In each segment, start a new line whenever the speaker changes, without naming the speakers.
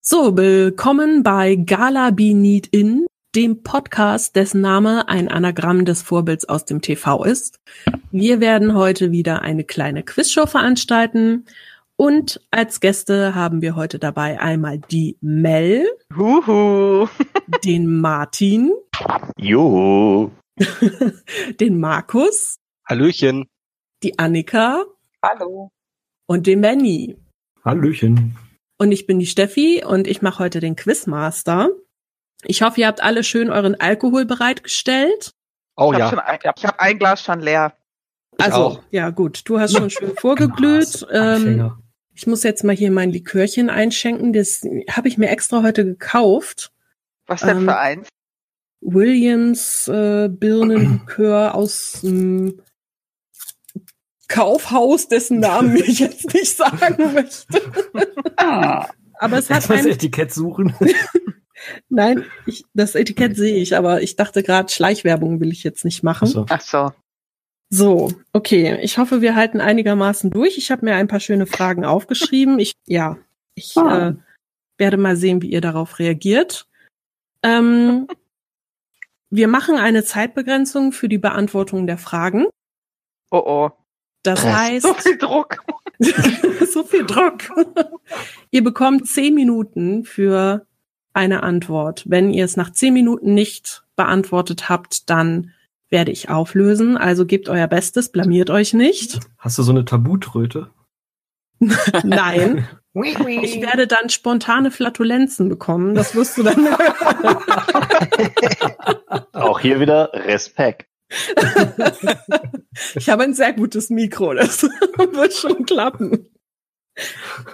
So, willkommen bei Gala Be Need In, dem Podcast, dessen Name ein Anagramm des Vorbilds aus dem TV ist. Wir werden heute wieder eine kleine Quizshow veranstalten. Und als Gäste haben wir heute dabei einmal die Mel,
Huhu.
den Martin,
Juhu.
den Markus,
Hallöchen.
die Annika
Hallo.
und den Manny.
Hallöchen.
Und ich bin die Steffi und ich mache heute den Quizmaster. Ich hoffe, ihr habt alle schön euren Alkohol bereitgestellt.
Oh
ich habe
ja.
schon ein, ich hab ein Glas schon leer.
Ich
also,
auch.
ja, gut, du hast schon schön vorgeglüht. Ähm,
Genau, also Anfänger.
ich muss jetzt mal hier mein Likörchen einschenken. Das habe ich mir extra heute gekauft.
Was denn
Ähm,
für eins?
Williams äh, Birnenlikör aus dem Kaufhaus, dessen Namen ich jetzt nicht sagen möchte. Aber es hat
Erstmal das
einen
Etikett suchen.
Nein, ich, das Etikett sehe ich, aber ich dachte gerade, Schleichwerbung will ich jetzt nicht machen.
Also,
Ach so.
So, okay. Ich hoffe, wir halten einigermaßen durch. Ich habe mir ein paar schöne Fragen aufgeschrieben. Ich, ja, ich
Ah.
äh, werde mal sehen, wie ihr darauf reagiert. Ähm, wir machen eine Zeitbegrenzung für die Beantwortung der Fragen.
Oh oh.
Das
Krass.
heißt,
So viel Druck.
so viel Druck. ihr bekommt zehn Minuten für eine Antwort. Wenn ihr es nach zehn Minuten nicht beantwortet habt, dann werde ich auflösen. Also gebt euer Bestes, blamiert euch nicht.
hast du so eine Tabutröte?
Nein. Ich werde dann spontane Flatulenzen bekommen. Das wirst du dann.
Auch hier wieder Respekt.
Ich habe ein sehr gutes Mikro, das wird schon klappen.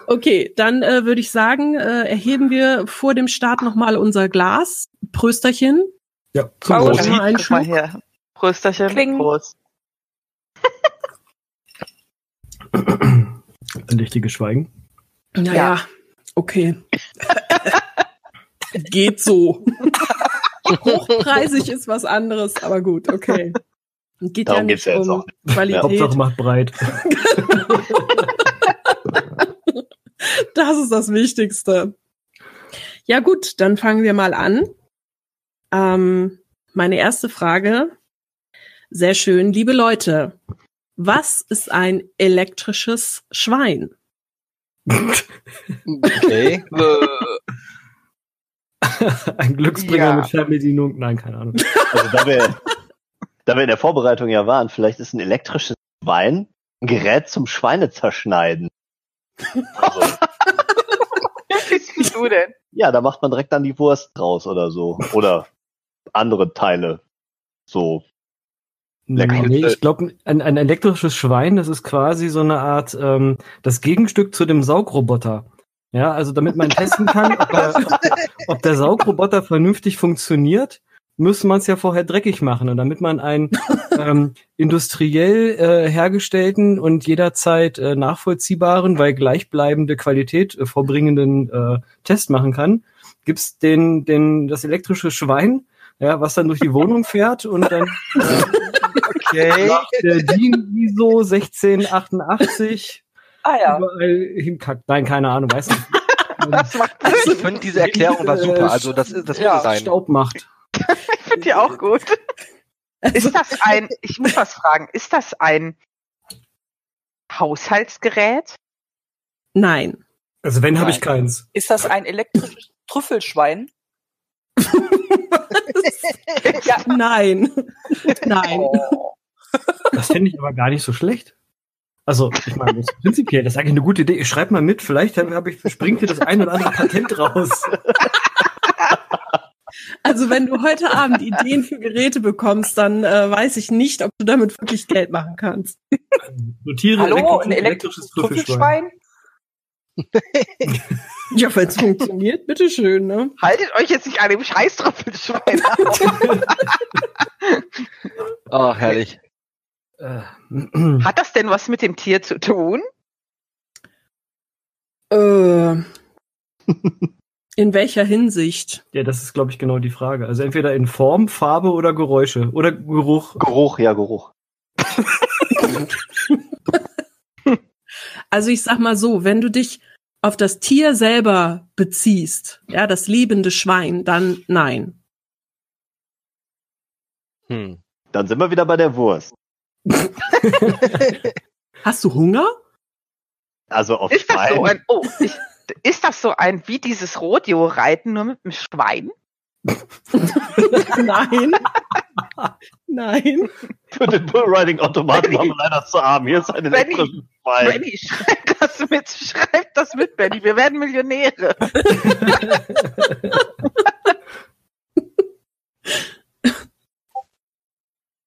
Okay, dann äh, würde ich sagen, äh, erheben wir vor dem Start nochmal unser Glas. Prösterchen.
Ja, zum
Paul,
Prost.
Prost.
Prost. Einen
guck mal
Schluck.
her. Prösterchen.
Kling.
Prost.
Ein richtiges Schweigen.
Naja,
Ja.
okay. Geht so. Hochpreisig ist was anderes, aber gut, okay. Geht um
Darum geht's ja jetzt auch
Qualität.
Hauptsache macht breit.
das ist das Wichtigste. Ja gut, dann fangen wir mal an. Ähm, meine erste Frage. Sehr schön, liebe Leute. Was ist ein elektrisches Schwein?
Okay.
Ein Glücksbringer
Ja.
mit Fernbedienung. Nein, keine Ahnung.
Also da wir, da wir in der Vorbereitung ja waren, vielleicht ist ein elektrisches Schwein ein Gerät zum Schweinezerschneiden. Also,
Wie du denn?
ja, da macht man direkt dann die Wurst draus oder so. Oder andere Teile. So. Lecker.
Hm, Nee, ich glaube, ein, ein elektrisches Schwein, das ist quasi so eine Art ähm, das Gegenstück zu dem Saugroboter. Ja, also damit man testen kann, ob der, ob der Saugroboter vernünftig funktioniert, müsste man es ja vorher dreckig machen. Und damit man einen ähm, industriell äh, hergestellten und jederzeit äh, nachvollziehbaren, weil gleichbleibende Qualität äh, vorbringenden äh, Test machen kann, gibt's den, den, das elektrische Schwein, ja, was dann durch die Wohnung fährt und dann
Okay.
nach der DIN ISO 1688
Ah ja.
überall hinkackt. Nein, keine Ahnung, weiß nicht.
Das macht Sinn.
Ich finde diese Erklärung war super. Also das ist das muss
ja,
sein.
Staub macht.
Ich finde die auch gut. Ist das ein, ich muss was fragen, ist das ein Haushaltsgerät?
Nein.
Also wenn habe ich
Nein.
keins.
Ist das ein elektrisches Trüffelschwein? ja.
Nein. Nein.
Oh.
Das fände ich aber gar nicht so schlecht. Also, ich meine, das ist prinzipiell, das ist eigentlich eine gute Idee. Ich schreibe mal mit, vielleicht hab, hab ich, springt dir das ein oder andere Patent raus.
Also wenn du heute Abend Ideen für Geräte bekommst, dann äh, weiß ich nicht, ob du damit wirklich Geld machen kannst.
Notiere
Hallo,
elektrisches-
ein elektrisches
Trüffelschwein.
Trüffelschwein?
Ja, wenn es funktioniert, bitteschön, ne?
Haltet euch jetzt nicht an dem Scheißtrüffelschwein.
Oh, herrlich.
Äh,
Hat das denn was mit dem Tier zu tun?
Äh, in welcher Hinsicht?
Äh, ja, das ist, glaube ich, genau die Frage. Also entweder in Form, Farbe oder Geräusche oder Geruch.
Geruch, ja, Geruch.
Also ich sag mal so, wenn du dich auf das Tier selber beziehst, ja, das lebende Schwein, dann nein.
Hm.
Dann sind wir wieder bei der Wurst.
Hast du Hunger?
Also auf
Ist das so
Schwein.
ein, oh, ich, ist das so ein, wie dieses Rodeo-Reiten, nur mit einem Schwein?
nein. nein.
Für den Bullriding-Automaten haben wir leider zu arm. Hier ist ein
Benny.
elektrisches Schwein.
Benny, schreib das mit, schreib das mit, Benny. Wir werden Millionäre.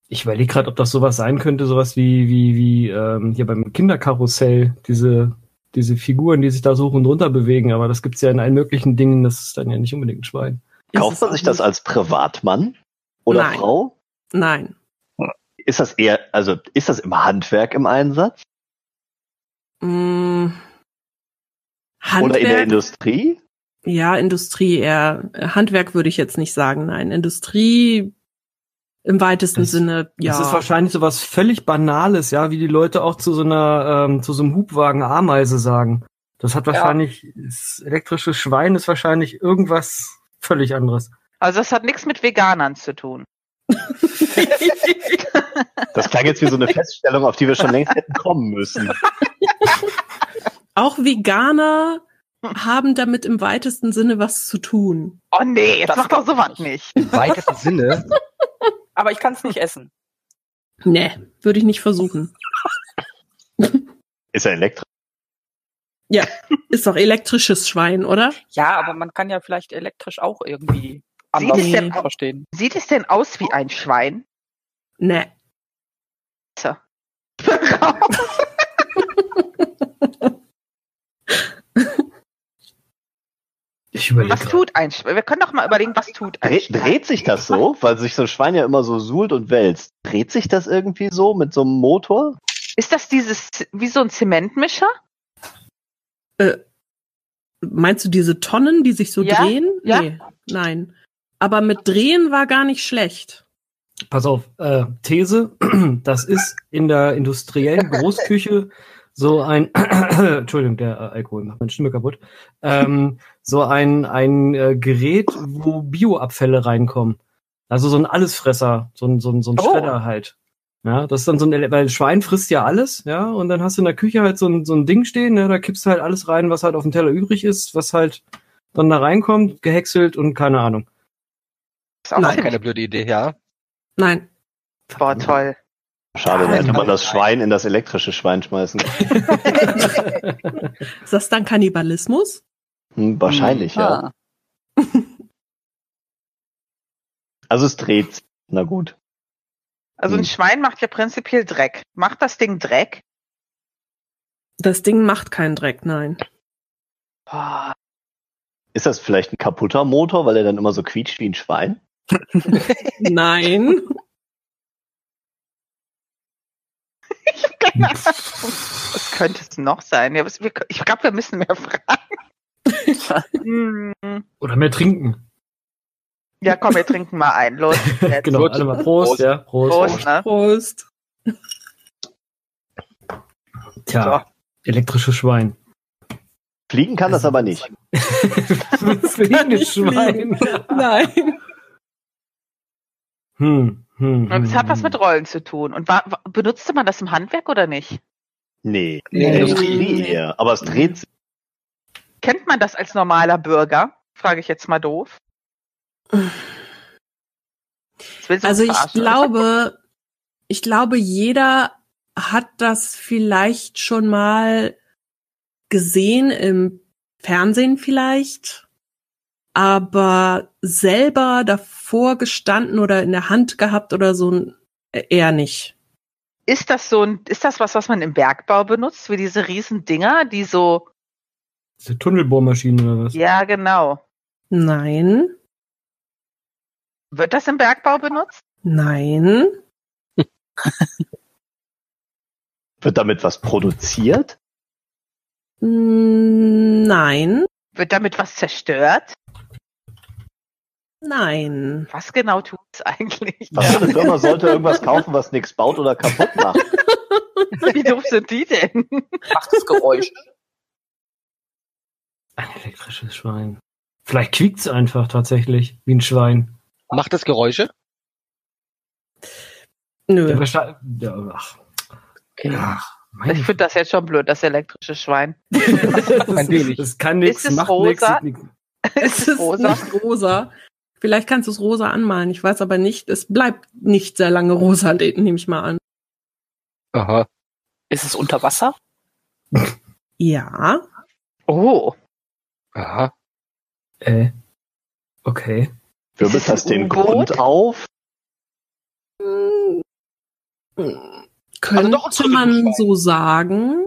Ich überlege gerade, ob das sowas sein könnte, sowas wie, wie, wie ähm, hier beim Kinderkarussell, diese, diese Figuren, die sich da so hoch und runter bewegen, aber das gibt's ja in allen möglichen Dingen, das ist dann ja nicht unbedingt ein Schwein.
Ist
Kauft
es
man
auch
sich das
nicht.
als Privatmann oder
Nein.
Frau?
Nein.
Ist das eher, also ist das im Handwerk im Einsatz?
Mm.
Oder in der
Handwerk,
Industrie?
ja, Industrie eher. Handwerk würde ich jetzt nicht sagen, nein. Industrie im weitesten
Das-
Sinne, ja.
Das ist wahrscheinlich sowas völlig Banales, ja, wie die Leute auch zu so einer, ähm, zu so einem Hubwagen Ameise sagen. Das hat wahrscheinlich, das elektrische Schwein ist wahrscheinlich irgendwas völlig anderes.
Also das hat nichts mit Veganern zu tun.
Das klang jetzt wie so eine Feststellung, auf die wir schon längst hätten kommen müssen.
Auch Veganer haben damit im weitesten Sinne was zu tun.
Oh nee, jetzt
Das
mach doch
glaub
sowas
ich
nicht.
Im weitesten Sinne.
Aber ich kann es nicht essen.
Nee, würde ich nicht versuchen.
Ist er elektrisch?
Ist doch elektrisches Schwein, oder?
Ja, aber man kann ja vielleicht elektrisch auch irgendwie
Sieht
anders
es denn
au-
verstehen.
Sieht es denn aus wie ein Schwein?
Nee.
Ich überlege.
Was tut ein Schwein? Wir können doch mal überlegen, was tut ein
Dreh, dreht sich das so? Weil sich so ein Schwein ja immer so suhlt und wälzt. Dreht sich das irgendwie so mit so einem Motor?
Ist das dieses, wie so ein Zementmischer?
Meinst du diese Tonnen, die sich so
Ja,
drehen?
ja.
Nee, nein. Aber mit Drehen war gar nicht schlecht.
Pass auf, äh, These, das ist in der industriellen Großküche so ein, Entschuldigung, der äh, Alkohol macht meine Stimme kaputt, ähm, so ein, ein äh, Gerät, wo Bioabfälle reinkommen. Also so ein Allesfresser, so ein, so ein, so ein
Oh.
Schredder halt. Ja, das ist dann so ein, Ele- weil Schwein frisst ja alles, ja, und dann hast du in der Küche halt so ein, so ein Ding stehen, ne, da kippst du halt alles rein, was halt auf dem Teller übrig ist, was halt dann da reinkommt, gehäckselt und keine Ahnung.
Ist auch
Nein.
ziemlich-
Keine blöde Idee, ja.
Nein.
Boah, toll.
Schade, da
Nein,
hätte man
nein,
das
nein.
Schwein in das elektrische Schwein schmeißen. können.
Ist das dann Kannibalismus?
Hm, wahrscheinlich, ja.
Ah.
Also es dreht sich. Na gut.
Also ein
Hm.
Schwein macht ja prinzipiell Dreck. Macht das Ding Dreck?
Das Ding macht keinen Dreck, nein.
Boah.
Ist das vielleicht ein kaputter Motor, weil er dann immer so quietscht wie ein Schwein?
Nein.
Was könnte es noch sein? Ja, was, wir, ich glaube, wir müssen mehr fragen.
Ah.
Hm.
Oder mehr trinken.
ja, komm, wir trinken mal ein. Los. Jetzt.
Genau,
Gut.
alle mal Prost,
Prost.
ja, Prost.
Prost, ne?
Prost.
Tja, elektrisches Schwein.
Fliegen kann das
Also,
aber nicht.
Zwingendes Schwein.
Nein.
Hm, hm,
Und es
hm,
hat was mit Rollen zu tun. Und war, war, benutzte man das im Handwerk oder nicht?
Nee.
Nee.
Industrie
Nee.
eher. Aber es dreht sich.
Kennt man das als normaler Bürger? Frage ich jetzt mal doof. Das willst du
Also
uns
ich
verarschen, oder?
glaube, ich glaube, jeder hat das vielleicht schon mal gesehen im Fernsehen vielleicht, aber selber davor gestanden oder in der Hand gehabt oder so eher nicht.
Ist das so ein, ist das was, was man im Bergbau benutzt, wie diese riesen Dinger, die so,
Diese Tunnelbohrmaschine oder was?
ja, genau.
Nein,
Wird das im Bergbau benutzt?
nein,
Wird damit was produziert?
mm, nein,
Wird damit was zerstört?
nein.
Was genau tut es eigentlich?
Was für eine Firma sollte irgendwas kaufen, was nichts baut oder kaputt macht?
Wie doof sind die denn?
Macht das Geräusch.
Ein elektrisches Schwein. Vielleicht quiekt es einfach tatsächlich, wie ein Schwein.
Macht das Geräusche?
Nö.
Der Versta- ja, ach. Ach, mein
Ich finde das jetzt schon blöd, das elektrische Schwein.
das,
wenig.
das kann nichts,
Ist es
macht
rosa?
nichts. sieht nix.
Ist es rosa?
nicht rosa. Vielleicht kannst du es rosa anmalen. Ich weiß aber nicht, es bleibt nicht sehr lange rosa, ne- nehme ich mal an.
Aha.
Ist es unter Wasser?
Ja.
Oh,
Aha.
Äh, okay.
Wirbelt
Ist es
das den
ein U-Boot?
Grund auf?
Hm.
Also
Könnte
doch ein grünes
man
Schwein.
so sagen.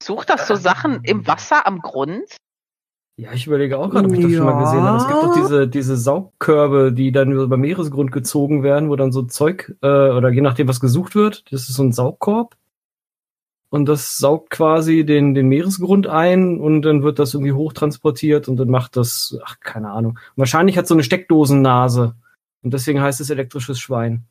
sucht das so Sachen im Wasser am Grund?
Ja, ich überlege auch gerade, ob ich das schon mal
Ja.
gesehen habe. Es gibt doch diese, diese Saugkörbe, die dann über Meeresgrund gezogen werden, wo dann so Zeug, äh, oder je nachdem, was gesucht wird, das ist so ein Saugkorb. Und das saugt quasi den, den Meeresgrund ein und dann wird das irgendwie hochtransportiert und dann macht das, ach, keine Ahnung. Wahrscheinlich hat so eine Steckdosennase. Und deswegen heißt es elektrisches Schwein.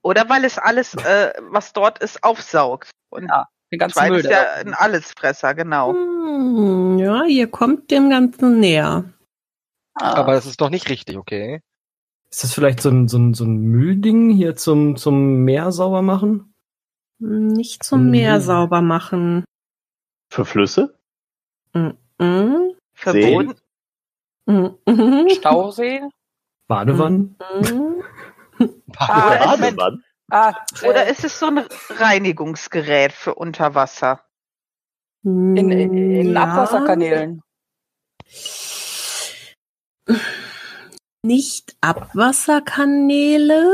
Oder weil es alles, äh, was dort ist, aufsaugt. Und
Ja, den ganzen
Schwein
Müll.
ist
der
ja
da-
ein Allesfresser, genau.
Hm, ja, ihr kommt dem Ganzen näher.
Ah,
Aber das ist noch nicht richtig, okay?
Ist das vielleicht so ein, so ein, so ein Müllding hier zum, zum Meer sauber machen?
Nicht zum
Hm.
Meer sauber machen.
Für Flüsse?
Hm?
Für
Sehen.
Boden.
Hm? Hm?
Stausee?
Badewannen?
Hm?
Ah,
Ah,
Moment.
Badewanne?
ah,
Oder
äh,
ist es so ein Reinigungsgerät für Unterwasser?
in, in, in
Ja.
Abwasserkanälen.
Nicht Abwasserkanäle,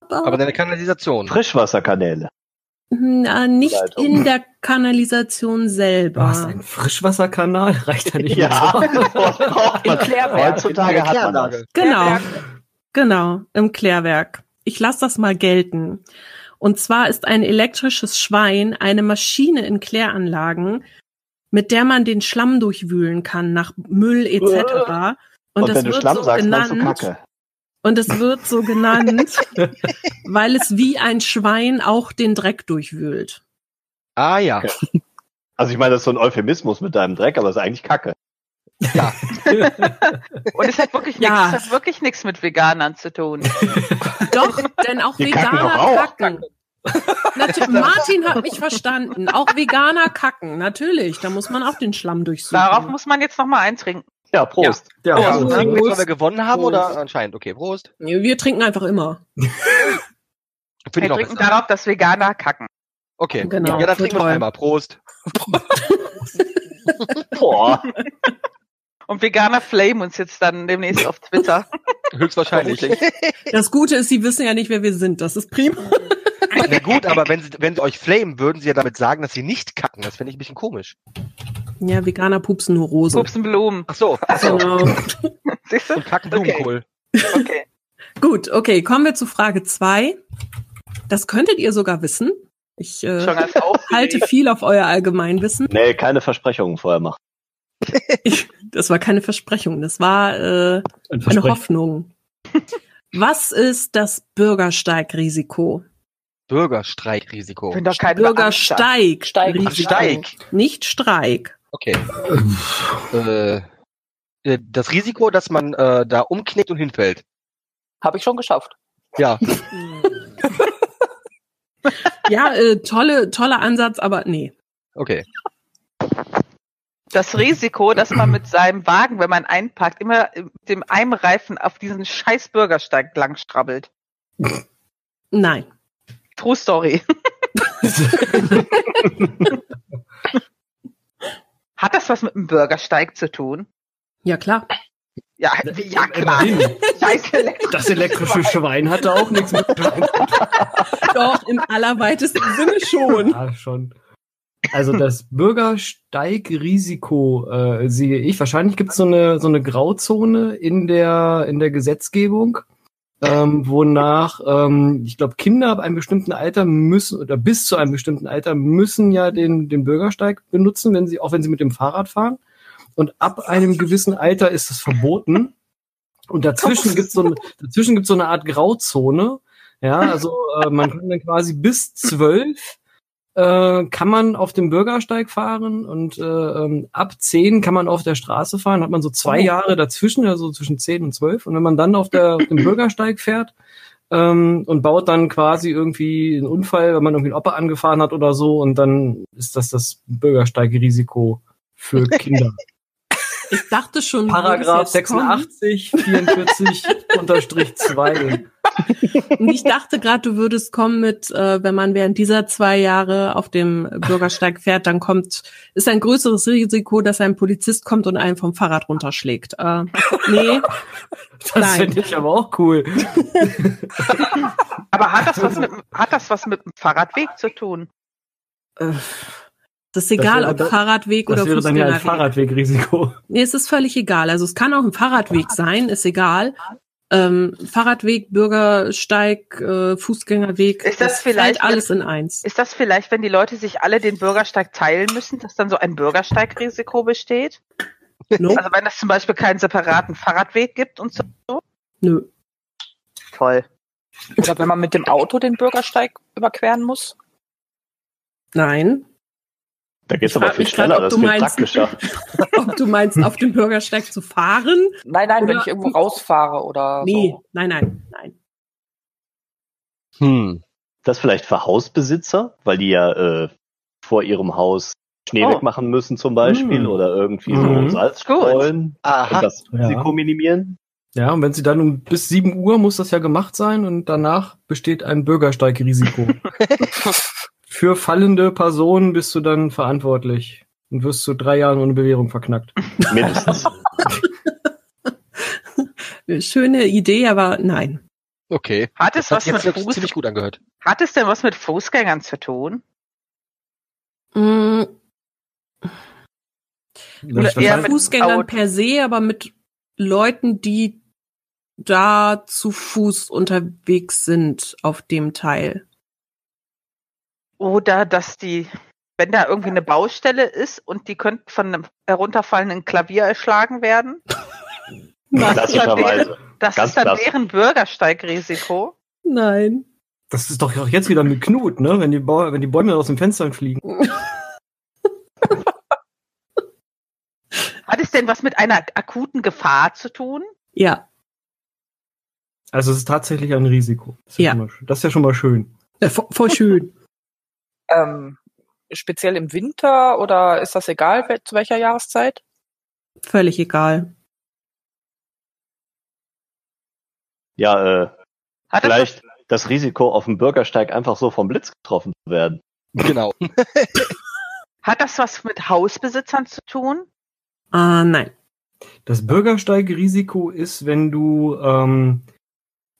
aber,
Aber deine Kanalisation.
Frischwasserkanäle.
na, Hm, äh, nicht
Leitung.
in der Kanalisation selber.
Was, ein Frischwasserkanal? Reicht da nicht
Ja,
mehr so?
sowas braucht man.
Im Klärwerk.
Heutzutage
In der
hat man das.
Kläranlage.
Genau,
Klärwerk.
genau, im Klärwerk. Ich lasse das mal gelten. Und zwar ist ein elektrisches Schwein eine Maschine in Kläranlagen, mit der man den Schlamm durchwühlen kann nach Müll etc.
Äh. Und,
das
wenn du
wird
Schlamm
so
sagst, meinst du
genannt-
Kacke.
Und es wird so genannt, weil es wie ein Schwein auch den Dreck durchwühlt.
Ah ja.
Also ich meine, das ist so ein Euphemismus mit deinem Dreck, aber es ist eigentlich Kacke.
Und es hat wirklich nichts,
Ja.
es hat wirklich nichts mit Veganern zu tun.
Doch, denn auch
Die kacken
Veganer
doch auch.
kacken. Natürlich, Martin hat mich verstanden. Auch Veganer kacken, natürlich. Da muss man auch den Schlamm durchsuchen.
Darauf muss man jetzt nochmal eintrinken.
Ja, Prost.
Ja,
ja
also,
und trinken wir, weil wir gewonnen haben,
Prost.
oder anscheinend? Okay, Prost.
Wir trinken einfach immer.
Finde
Wir
ich auch
trinken
besser.
darauf, dass Veganer kacken.
Okay.
Genau,
ja, dann
für
trinken wir noch
toll.
einmal. Prost.
Boah.
Und Veganer flamen uns jetzt dann demnächst auf Twitter.
Höchstwahrscheinlich.
Das Gute ist, sie wissen ja nicht, wer wir sind. Das ist prima.
Na gut, aber wenn sie, wenn sie euch flamen, würden sie ja damit sagen, dass sie nicht kacken. Das finde ich ein bisschen komisch.
Ja, Veganer pupsen nur Rosen.
Pupsen Blumen.
Ach so. Ach so.
Genau.
Siehst du?
Und kacken Blumenkohl.
Okay.
Gut, okay, kommen wir zu Frage zwei. Das könntet ihr sogar wissen. Ich
Schon
äh,
ganz auf.
halte viel auf euer Allgemeinwissen.
Nee, keine Versprechungen vorher machen.
Ich, das war keine Versprechung, das war äh,
ein
eine
Versprechen.
Hoffnung. Was ist das Bürgersteigrisiko?
Bürgerstreikrisiko.
Ich bin doch kein Beamter.
Bürgersteig.
Steig.
Ach, Steig.
Nicht Streik.
Okay. Äh, äh, das Risiko, dass man äh, da umknickt und hinfällt.
Habe ich schon geschafft.
Ja.
Ja, äh, tolle, toller Ansatz, aber nee.
Okay.
Das Risiko, dass man mit seinem Wagen, wenn man einparkt, immer mit dem einem Reifen auf diesen scheiß Bürgersteig lang strabbelt.
Nein.
True Story. Hat das was mit dem Bürgersteig zu tun?
Ja, klar.
Ja, ja klar.
Immerhin.
Scheiß Elektro-
Das elektrische Schwein hatte auch nichts mit Schwein.
Doch, im allerweitesten Sinne schon.
Ja, schon. Also das Bürgersteigrisiko äh, sehe ich. Wahrscheinlich gibt es so eine, so eine Grauzone in der, in der Gesetzgebung, ähm, wonach, ähm, ich glaube, Kinder ab einem bestimmten Alter müssen, oder bis zu einem bestimmten Alter müssen ja den, den Bürgersteig benutzen, wenn sie, auch wenn sie mit dem Fahrrad fahren. Und ab einem gewissen Alter ist es verboten. Und dazwischen gibt es so, eine- dazwischen gibt's so eine Art Grauzone. Ja, also äh, man kann dann quasi bis zwölf äh, kann man auf dem Bürgersteig fahren und äh, ähm, ab 10 kann man auf der Straße fahren, hat man so zwei
Oh.
Jahre dazwischen, also zwischen 10 und 12. Und wenn man dann auf, der, auf dem Bürgersteig fährt ähm, und baut dann quasi irgendwie einen Unfall, wenn man irgendwie einen Opa angefahren hat oder so, und dann ist das das Bürgersteigrisiko für Kinder.
Ich dachte schon, wo
Paragraph
das jetzt kommt.
86, 44, unterstrich 2.
Und ich dachte gerade, du würdest kommen mit, äh, wenn man während dieser zwei Jahre auf dem Bürgersteig fährt, dann kommt, ist ein größeres Risiko, dass ein Polizist kommt und einen vom Fahrrad runterschlägt. Äh, nee,
Das finde ich aber auch cool.
Aber hat das was mit, hat das was mit dem Fahrradweg zu tun?
das ist egal,
wäre
ob
dann-
Fahrradweg
Das
oder
wäre dann ja ein
Fußgängerweg.
Fahrradwegrisiko.
Nee, es ist völlig egal. Also es kann auch ein Fahrradweg sein, ist egal. Ähm, Fahrradweg, Bürgersteig, äh, Fußgängerweg,
Ist das
fällt
vielleicht-
alles in eins.
Ist das vielleicht, wenn die Leute sich alle den Bürgersteig teilen müssen, dass dann so ein Bürgersteigrisiko besteht?
Nope.
Also wenn es zum Beispiel keinen separaten Fahrradweg gibt und so.
Nö.
Toll.
Oder wenn man mit dem Auto den Bürgersteig überqueren muss.
Nein.
Da geht's
Ich
aber
frag
viel
mich grad,
schneller,
ob
das
du
ist viel
meinst-
praktischer.
Ob du meinst, auf dem Bürgersteig zu fahren?
Nein, nein, wenn
Oder-
ich irgendwo rausfahre oder
Nee,
so.
Oh.
nein, nein, nein.
Hm.
Das vielleicht für Hausbesitzer, weil die ja äh, vor ihrem Haus Schnee
Oh.
wegmachen müssen zum Beispiel
Mm.
oder irgendwie
Mhm.
so Salz streuen und
Aha.
das Risiko minimieren.
Ja, und wenn sie dann um bis 7 Uhr muss das ja gemacht sein und danach besteht ein Bürgersteigrisiko. Für fallende Personen bist du dann verantwortlich und wirst zu drei Jahren ohne Bewährung verknackt.
Mindestens.
Schöne Idee, aber nein.
Okay.
Hat es,
Das hat
was mit
jetzt
Fuß,
ziemlich gut angehört.
hat es denn was mit Fußgängern zu tun?
Mm,
Oder eher
mit
mit
Fußgängern
Auto.
per se, aber mit Leuten, die da zu Fuß unterwegs sind auf dem Teil.
Oder dass die, wenn da irgendwie eine Baustelle ist und die könnten von einem herunterfallenden Klavier erschlagen werden,
Klassischerweise.
das
Ganz
ist dann
klasse.
deren Bürgersteigrisiko.
Nein.
das ist doch auch jetzt wieder mit Knut, ne? Wenn die, Bau- wenn die Bäume aus dem Fenster fliegen.
Hat es denn was mit einer akuten Gefahr zu tun?
Ja,
Also es ist tatsächlich ein Risiko. Das ist
Ja.
schon mal, sch- das ist ja schon mal schön.
Äh, vo- voll schön.
Ähm, speziell im Winter oder ist das egal, wel- zu welcher Jahreszeit?
Völlig egal.
Ja, äh,
Hat es
vielleicht das Risiko, auf dem Bürgersteig einfach so vom Blitz getroffen zu werden.
Genau.
Hat das was mit Hausbesitzern zu tun?
Ah, nein.
Das Bürgersteigrisiko ist, wenn du ähm,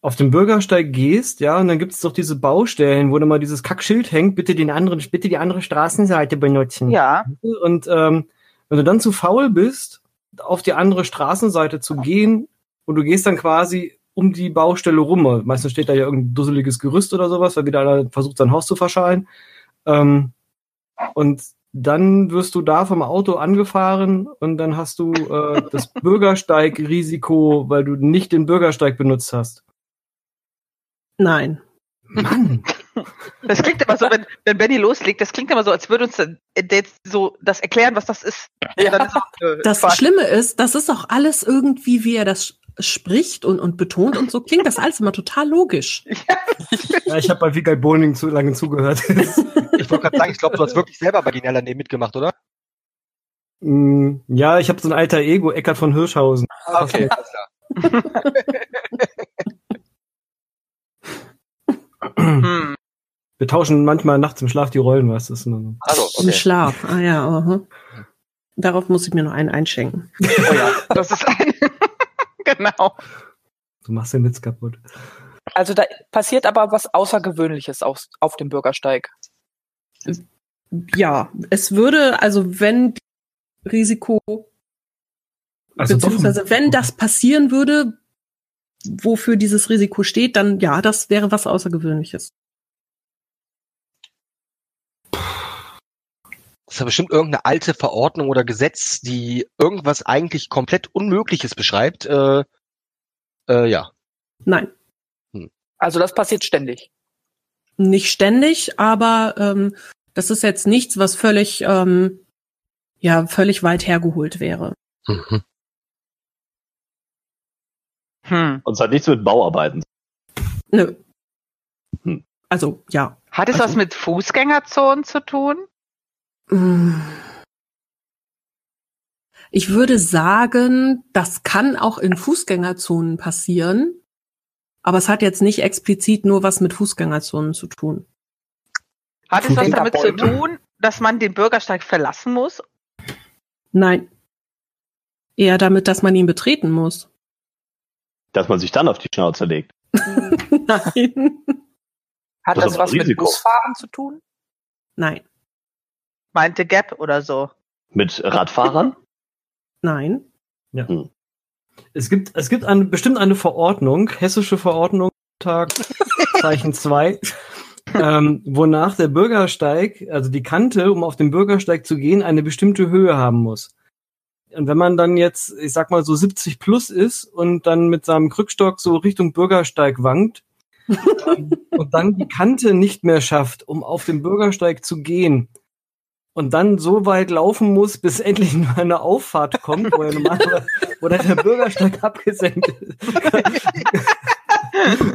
auf den Bürgersteig gehst, ja, und dann gibt es doch diese Baustellen, wo dann mal dieses Kackschild hängt, bitte den anderen, bitte die andere Straßenseite benutzen.
Ja.
Und ähm, wenn du dann zu faul bist, auf die andere Straßenseite zu gehen und du gehst dann quasi um die Baustelle rum. Meistens steht da ja irgendein dusseliges Gerüst oder sowas, weil wieder einer versucht, sein Haus zu verschalen. Ähm, und dann wirst du da vom Auto angefahren und dann hast du äh, das Bürgersteigrisiko, weil du nicht den Bürgersteig benutzt hast.
Nein.
Mann!
Das klingt immer so, wenn, wenn Benny loslegt, das klingt immer so, als würde uns dann jetzt so das erklären, was das ist. Und dann ist es, äh,
Das
Quatsch.
Schlimme ist, das ist auch alles irgendwie, wie er das sch- spricht und, und betont und so, klingt das alles immer total logisch.
Ja, ich habe bei Vigal Boning zu lange zugehört.
Ich wollte gerade sagen, ich glaube, du hast wirklich selber bei den LND mitgemacht, oder?
Mm, ja, ich habe so ein alter Ego, Eckart von Hirschhausen.
Okay, alles klar.
Hm.
Wir tauschen manchmal nachts im Schlaf die Rollen, weißt du? das ist nur so.
Also,
Im
okay.
Schlaf. Ah ja, aha. Darauf muss ich mir noch einen einschenken.
Oh ja, das ist ein. genau.
Du machst den Witz kaputt.
Also da passiert aber was Außergewöhnliches auf, auf dem Bürgersteig.
Ja, es würde, also wenn Risiko,
Also doch-
beziehungsweise wenn das passieren würde, wofür dieses Risiko steht, dann ja, das wäre was Außergewöhnliches.
Das ist ja bestimmt irgendeine alte Verordnung oder Gesetz, die irgendwas eigentlich komplett Unmögliches beschreibt. Äh, äh, ja.
Nein,
Also das passiert ständig.
nicht ständig, aber ähm, Das ist jetzt nichts, was völlig, ähm, ja, völlig weit hergeholt wäre.
Mhm.
Hm.
Und es hat nichts mit Bauarbeiten.
Nö.
Hm.
Also, ja.
Hat es
Also-
was mit Fußgängerzonen zu tun?
Mm. Ich würde sagen, das kann auch in Fußgängerzonen passieren, aber es hat jetzt nicht explizit nur was mit Fußgängerzonen zu tun.
Hat es was damit zu
Fußgängerbäume.
tun, dass man den Bürgersteig verlassen muss?
Nein. Eher damit, dass man ihn betreten muss.
Dass man sich dann auf die Schnauze legt.
Nein.
Hat
Das
das,
ist aber
was mit
Risiko.
Busfahren zu tun?
Nein.
Meinte Gap oder so.
Mit Radfahrern?
Nein.
Es gibt, es gibt eine, bestimmt eine Verordnung, hessische Verordnung, Tag, Zeichen 2, ähm, wonach der Bürgersteig, also die Kante, um auf den Bürgersteig zu gehen, eine bestimmte Höhe haben muss. Und wenn man dann jetzt, ich sag mal, so 70 plus ist und dann mit seinem Krückstock so Richtung Bürgersteig wankt ähm, und dann die Kante nicht mehr schafft, um auf den Bürgersteig zu gehen und dann so weit laufen muss, bis endlich nur eine Auffahrt kommt, wo er normalerweise oder der Bürgersteig abgesenkt ist.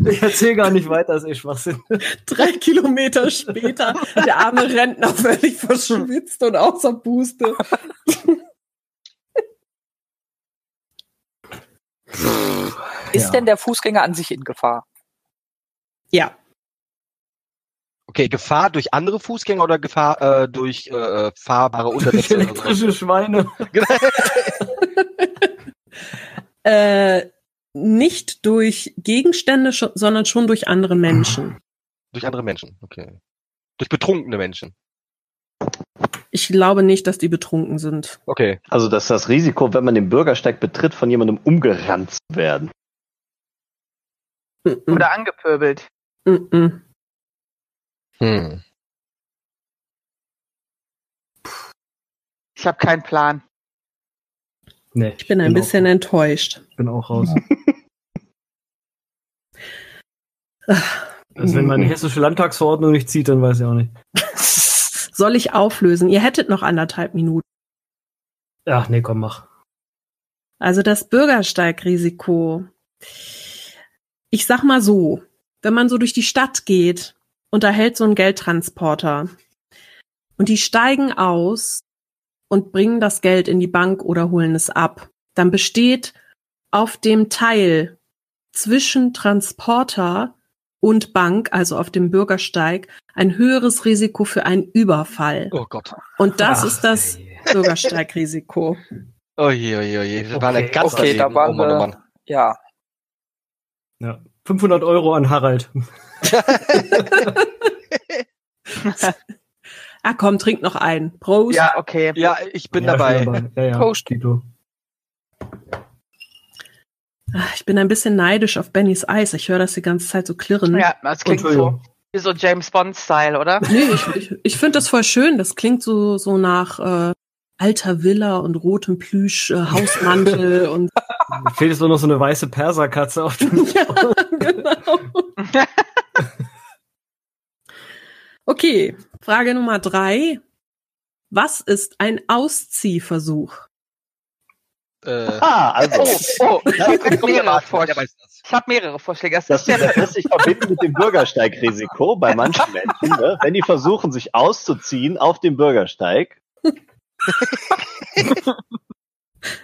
ich erzähle gar nicht weiter, das ist eh Schwachsinn.
Drei Kilometer später, der arme Rentner völlig verschwitzt und außer Puste.
Ist
Ja.
denn der Fußgänger an sich in Gefahr?
Ja.
Okay, Gefahr durch andere Fußgänger oder Gefahr äh, durch äh, fahrbare Untersätze? oder so? Genau.
Elektrische Schweine.
Äh, nicht durch Gegenstände, scho- sondern schon durch andere Menschen.
Durch andere Menschen, okay. Durch betrunkene Menschen.
Ich glaube nicht, dass die betrunken sind.
Okay.
Also, dass das Risiko, wenn man den Bürgersteig betritt, von jemandem umgerannt zu werden. Hm.
Mm-mm.
Oder angepöbelt.
Mm-mm.
Hm.
Ich habe keinen Plan.
Nee,
Ich bin ein bisschen
Auch,
enttäuscht.
ich bin auch raus. Also wenn man die hessische Landtagsverordnung nicht zieht, dann weiß ich auch nicht.
Soll ich auflösen? Ihr hättet noch anderthalb Minuten.
Ach nee, komm, mach.
Also das Bürgersteigrisiko. Ich sag mal so, wenn man so durch die Stadt geht und da hält so ein Geldtransporter und die steigen aus und bringen das Geld in die Bank oder holen es ab, dann besteht auf dem Teil zwischen Transporter und Bank, also auf dem Bürgersteig, ein höheres Risiko für einen Überfall.
Oh Gott.
Und das
Ach,
ist das
ey.
Bürgersteigrisiko.
Oh je, oh je, oh je. Das war eine
Okay,
ganz
okay, da
daneben.
waren
oh Mann, oh
wir-
Mann.
Ja.
Ja. 500 Euro an Harald.
Ah komm, trink noch einen. Prost.
Ja, okay.
Ja, ich bin
Ja,
dabei.
Ja, ja.
Prost.
Tito.
Ah, Ich bin ein bisschen neidisch auf Bennys Eis. Ich höre das die ganze Zeit so klirren.
Hm.
Ja, das klingt so,
Entschuldigung.
wie so James Bond-Style, oder?
Nee, ich, ich, ich finde das voll schön. Das klingt so, so nach äh, alter Villa und rotem Plüsch, äh, Hausmantel und
Fehlt jetzt nur noch so eine weiße Perserkatze auf dem
ja, genau. Okay, Frage Nummer drei. Was ist ein Ausziehversuch?
Äh,
Ah, also.
Oh, oh, ich
Ja,
habe
komm, der
mehrere,
weiß- der
Vorschläge.
weiß das.
Ich hab mehrere Vorschläge. Das
Das,
ist der,
das lässt sich verbinden mit dem Bürgersteigrisiko bei manchen Menschen, ne? wenn die versuchen, sich auszuziehen auf dem Bürgersteig.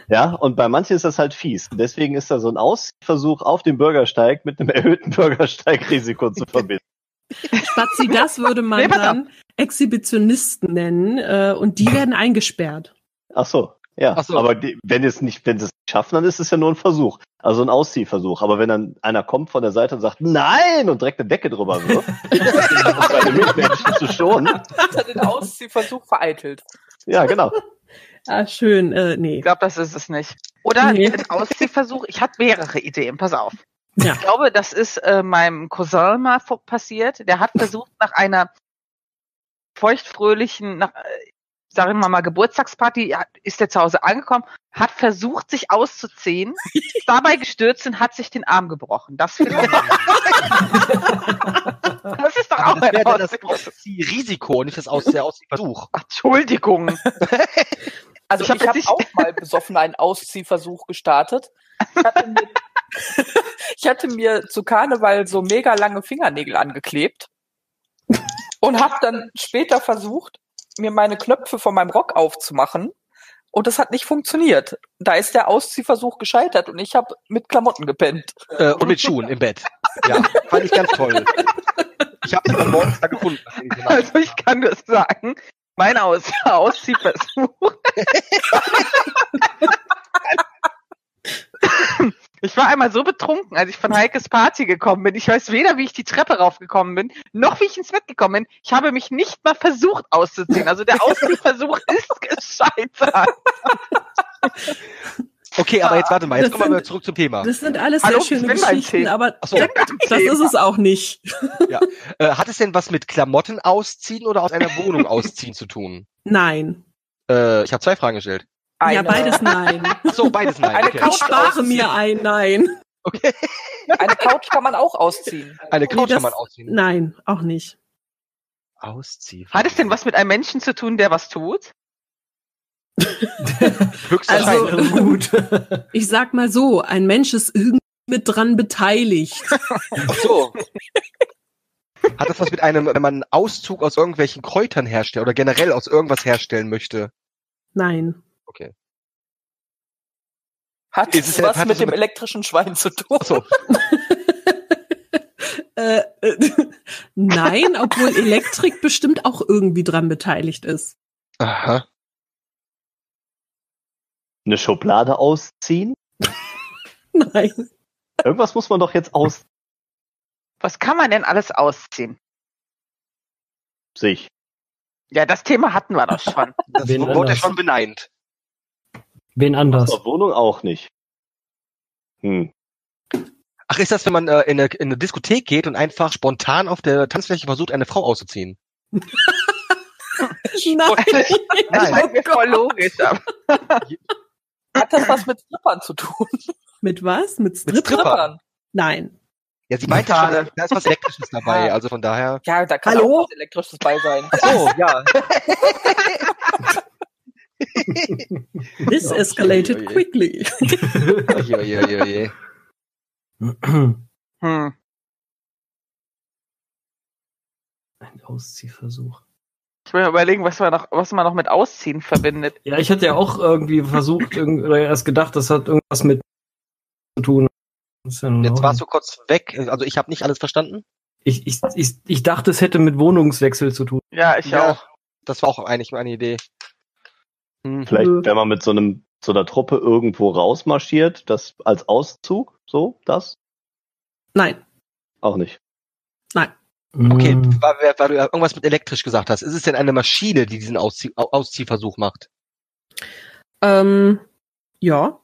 Ja, und bei manchen ist das halt fies. Deswegen ist da so ein Ausversuch auf dem Bürgersteig mit einem erhöhten Bürgersteigrisiko zu verbinden.
Spazi, das würde man
Nee, pass auf.
dann Exhibitionisten nennen äh, und die werden eingesperrt.
Ach so, ja.
Ach so.
Aber die, wenn die es nicht, wenn sie es nicht schaffen, dann ist es ja nur ein Versuch. Also ein Ausziehversuch. Aber wenn dann einer kommt von der Seite und sagt, nein, und direkt eine Decke drüber wirft, um seine Mitmenschen zu schonen.
Hat er den Ausziehversuch vereitelt?
Ja, genau.
Ah, schön. Äh, nee.
ich glaube, das ist es nicht. Oder
Nee.
ein Ausziehversuch. Ich habe mehrere Ideen, pass auf.
Ja.
Ich glaube, das ist äh, meinem Cousin mal vor- passiert. Der hat versucht, nach einer feuchtfröhlichen, nach, äh, sagen wir mal, Geburtstagsparty, hat- ist er zu Hause angekommen, hat versucht, sich auszuziehen, ist dabei gestürzt und hat sich den Arm gebrochen. Das, finde ich- das ist doch auch
das wäre
ein
dann das
Ausdruck.
Risiko und nicht das Aus der Ausziehversuch.
Entschuldigung.
Also
Ich hab
ich habe
jetzt
hab
nicht-
auch mal besoffen einen Ausziehversuch gestartet. Ich hatte, mir, ich hatte mir zu Karneval so mega lange Fingernägel angeklebt und habe dann später versucht, mir meine Knöpfe von meinem Rock aufzumachen. Und das hat nicht funktioniert. Da ist der Ausziehversuch gescheitert und ich habe mit Klamotten gepennt.
Äh, und mit Schuhen im Bett. Ja, fand ich ganz toll. Ich habe sie am morgens da gefunden. was sie gemacht
Also ich kann das sagen. Mein Aus Ausziehversuch. ich war einmal so betrunken, als ich von Heikes Party gekommen bin. Ich weiß weder, wie ich die Treppe raufgekommen bin, noch wie ich ins Bett gekommen bin. Ich habe mich nicht mal versucht auszuziehen. Also der Ausziehversuch ist gescheitert.
haben. Okay, aber jetzt warte mal, jetzt
Das
kommen wir
sind-
zurück zum Thema.
Das sind alles
Hallo,
sehr
ich
schöne
bin beim
Geschichten,
Tee.
aber
Achso,
das ist es auch nicht.
äh, hat es denn was mit Klamotten ausziehen oder aus einer Wohnung ausziehen zu tun?
Nein.
Äh, ich habe zwei Fragen gestellt.
Ja,
Eine-
beides nein.
Achso, beides nein.
Eine
Okay.
Couch-
Ich spare mir ein Nein.
okay.
Eine Couch kann man auch ausziehen.
Eine Couch
das-
kann man ausziehen.
Nein, auch nicht.
Ausziehen.
Hat es denn was mit einem Menschen zu tun, der was tut?
Höchstwahrscheinlich.
Also-
gut.
Ich sag mal so, ein Mensch ist irgendwie mit dran beteiligt.
Ach so. Hat das was mit einem, wenn man einen Auszug aus irgendwelchen Kräutern herstellt oder generell aus irgendwas herstellen möchte?
Nein.
Hat
Ist es-
was
hat
mit
es
dem
mit-
elektrischen Schwein zu tun?
Achso,
Äh, äh, nein, obwohl Elektrik bestimmt auch irgendwie dran beteiligt ist.
Aha.
Eine Schublade ausziehen?
Nein.
Irgendwas muss man doch jetzt aus
Was kann man denn alles ausziehen?
sich.
Ja, das Thema hatten wir doch schon.
Das
Wen
wurde ja
anders?
schon beneint.
Wen anders?
Zur Wohnung auch nicht. Hm.
Ach, ist das, wenn man äh, in, eine, in eine Diskothek geht und einfach spontan auf der Tanzfläche versucht, eine Frau auszuziehen?
Nein.
Das scheint mir voll logisch. Aber
Hat das was mit Strippern zu tun?
Mit was? Mit Strip?
Strippern.
Nein.
Ja, sie meinte
Schade.
schon, da ist was Elektrisches dabei. Also von daher.
Ja, da kann
Hallo?
auch was elektrisches bei sein.
Oh, ja.
This
Ja,
escalated
oje, oje.
quickly.
Oje, oje, oje, oje.
Ein
hm.
Ausziehversuch.
Ich will mir überlegen, was man noch, was man noch mit Ausziehen verbindet.
Ja, ich hatte ja auch irgendwie versucht, irgend, oder erst gedacht, das hat irgendwas mit zu tun. Das ist ja nun
Jetzt
auch-
warst du kurz weg. Also ich habe nicht alles verstanden.
ich, ich, ich, ich dachte, es hätte mit Wohnungswechsel zu tun.
Ja, ich auch.
Das war auch eigentlich meine Idee. Hm.
Vielleicht,
Nö.
wenn man mit so einem so einer Truppe irgendwo rausmarschiert, das als Auszug, so, das?
Nein.
Auch nicht.
Okay,
Mm.
weil, weil- weil du ja irgendwas mit elektrisch gesagt hast. Ist es denn eine Maschine, die diesen Auszie Au- Ausziehversuch macht?
Ähm, ja.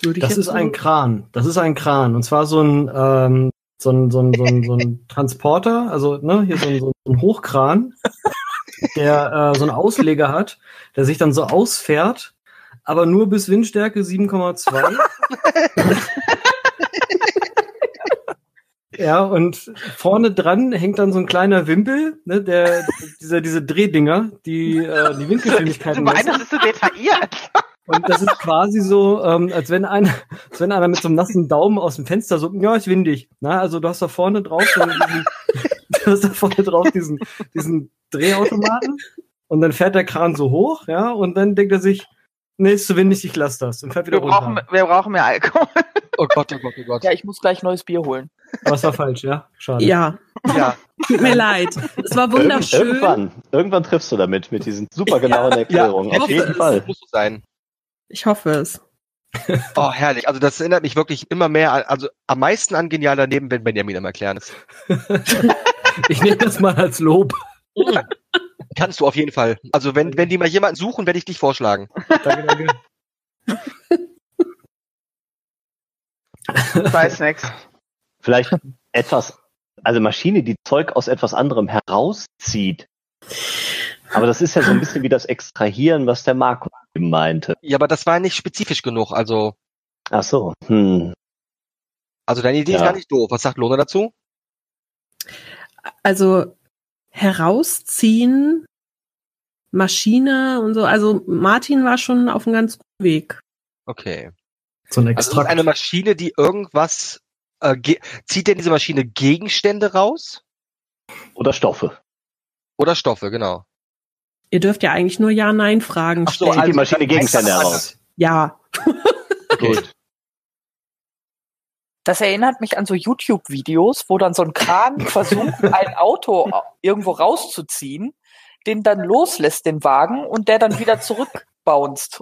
Würde ich
Das
jetzt
ist
so-
ein Kran. Das ist ein Kran. Und zwar so ein, ähm, so ein, so ein, so ein, so ein Transporter, also ne, hier so ein, so ein Hochkran, der äh, so einen Ausleger hat, der sich dann so ausfährt, aber nur bis Windstärke 7,2. Ja, und vorne dran hängt dann so ein kleiner Wimpel, ne, der, diese, diese Drehdinger, die äh, die Windgeschwindigkeiten
Aber einer ist so detailliert.
und das ist quasi so, ähm, als wenn einer, als wenn einer mit so einem nassen Daumen aus dem Fenster so, ja, ist windig. Na, also du hast da vorne drauf so diesen, du hast da vorne drauf diesen, diesen Drehautomaten und dann fährt der Kran so hoch, ja, und dann denkt er sich, nee, ist zu windig, ich lass das und fährt wieder
Wir brauchen,
runter.
wir brauchen mehr Alkohol.
Oh Gott, oh Gott, oh Gott.
Ja, ich muss gleich neues Bier holen.
Aber es war falsch, ja? Schade.
Ja,
Ja.
tut mir leid. Es war
Irgend-
wunderschön.
Irgendwann, irgendwann triffst du damit, mit diesen supergenauen Erklärungen.
Ja,
Auf
hoffe
jeden
es.
Fall.
Muss so sein.
Ich hoffe es.
Oh, herrlich. Also das erinnert mich wirklich immer mehr, an, also am meisten an genial daneben, wenn Benjamin am Erklären ist.
Ich nehme das mal als Lob.
Hm. Kannst du auf jeden Fall. Also wenn, wenn die mal jemanden suchen, werde ich dich vorschlagen.
Danke, danke.
Ich weiß nichts.
Vielleicht etwas, also Maschine, die Zeug aus etwas anderem herauszieht. Aber das ist ja so ein bisschen wie das Extrahieren, was der Marco eben meinte.
Ja, aber das war nicht spezifisch genug. Also,
Ach so, hm.
also deine Idee ist
Ja.
gar nicht doof. Was sagt Lona dazu?
also herausziehen, Maschine und so. Also Martin war schon auf einem ganz guten Weg.
Okay.
So ein
Also ist
Extrakt.
eine Maschine, die irgendwas äh, ge- zieht denn diese Maschine Gegenstände raus
Oder Stoffe.
oder Stoffe, genau.
Ihr dürft ja eigentlich nur Ja-Nein-Fragen
Ach so,
stellen.
Zieht die
also-
Maschine Gegenstände
also-
heraus.
ja.
Gut.
Das erinnert mich an so YouTube-Videos, wo dann so ein Kran versucht, ein Auto au- irgendwo rauszuziehen, den dann loslässt, den Wagen, und der dann wieder zurückbounced.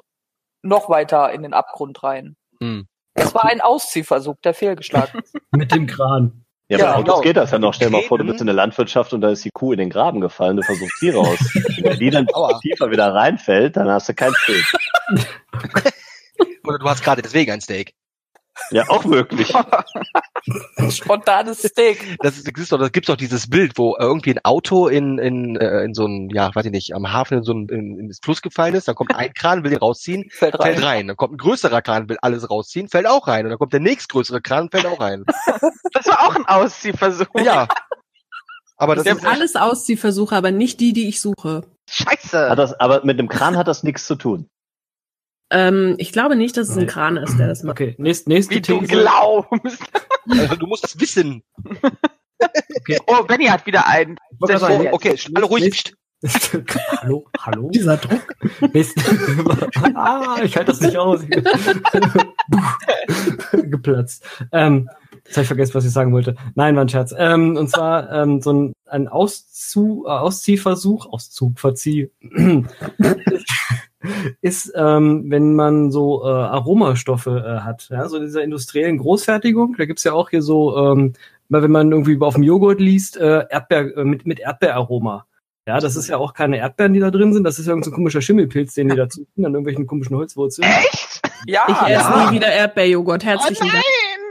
Noch weiter in den Abgrund rein.
Hm.
Das war ein Ausziehversuch, der fehlgeschlagen ist.
Mit dem Kran.
Ja,
Ja,
bei Autos
genau.
geht das ja noch. Stell dir mal vor, du
Reden.
bist in der Landwirtschaft und da ist die Kuh in den Graben gefallen, du versuchst sie raus. Wenn die dann
Aua.
tiefer wieder reinfällt, dann hast du kein Schild.
Oder du hast gerade deswegen ein Steak.
Ja, auch möglich.
Spontanes Steak.
Das, ist, das, ist doch, das gibt's doch dieses Bild, wo äh, irgendwie ein Auto in, in, äh, in so ein, ja, weiß ich nicht, am Hafen in so ein, in, in das Fluss gefallen ist, dann kommt ein Kran, will den rausziehen,
Fällt rein.
fällt rein. Dann kommt ein größerer Kran, will alles rausziehen, fällt auch rein. Und dann kommt der nächstgrößere Kran, fällt auch rein.
Das war auch ein Ausziehversuch.
Ja. Aber das
Das sind
ist
alles Ausziehversuche, aber nicht die, die ich suche.
Scheiße.
Hat das, aber mit dem Kran hat das nichts zu tun.
Ähm, ich glaube nicht, dass es ein
Nee.
Kran ist, der das macht.
Okay, nächst, nächste
Wie du
These.
glaubst.
also du musst das wissen.
Oh, Benny hat wieder einen.
Ich wollte gerade sagen,
Oh, okay, alle ruhig. Psst.
hallo, hallo.
Dieser Druck.
Mist. ah, ich halte das nicht aus. Geplatzt. Ähm, jetzt habe ich vergessen, was ich sagen wollte. Nein, war ein Scherz. Ähm, und zwar ähm, so ein, ein Auszu äh, Ausziehversuch, Auszug, Verzieh, ist, ähm, wenn man so äh, Aromastoffe äh, hat. Ja? So in dieser industriellen Großfertigung, da gibt's ja auch hier so, ähm, mal wenn man irgendwie auf dem Joghurt liest, äh, Erdbeer, äh, mit, mit Erdbeeraroma. Ja, das ist ja auch keine Erdbeeren, die da drin sind. Das ist ja irgendein so ein komischer Schimmelpilz, den die da züchten, an irgendwelchen komischen Holzwurzeln.
Echt?
Ja,
Ich esse
Ah, ja.
nie wieder Erdbeerjoghurt. Herzlichen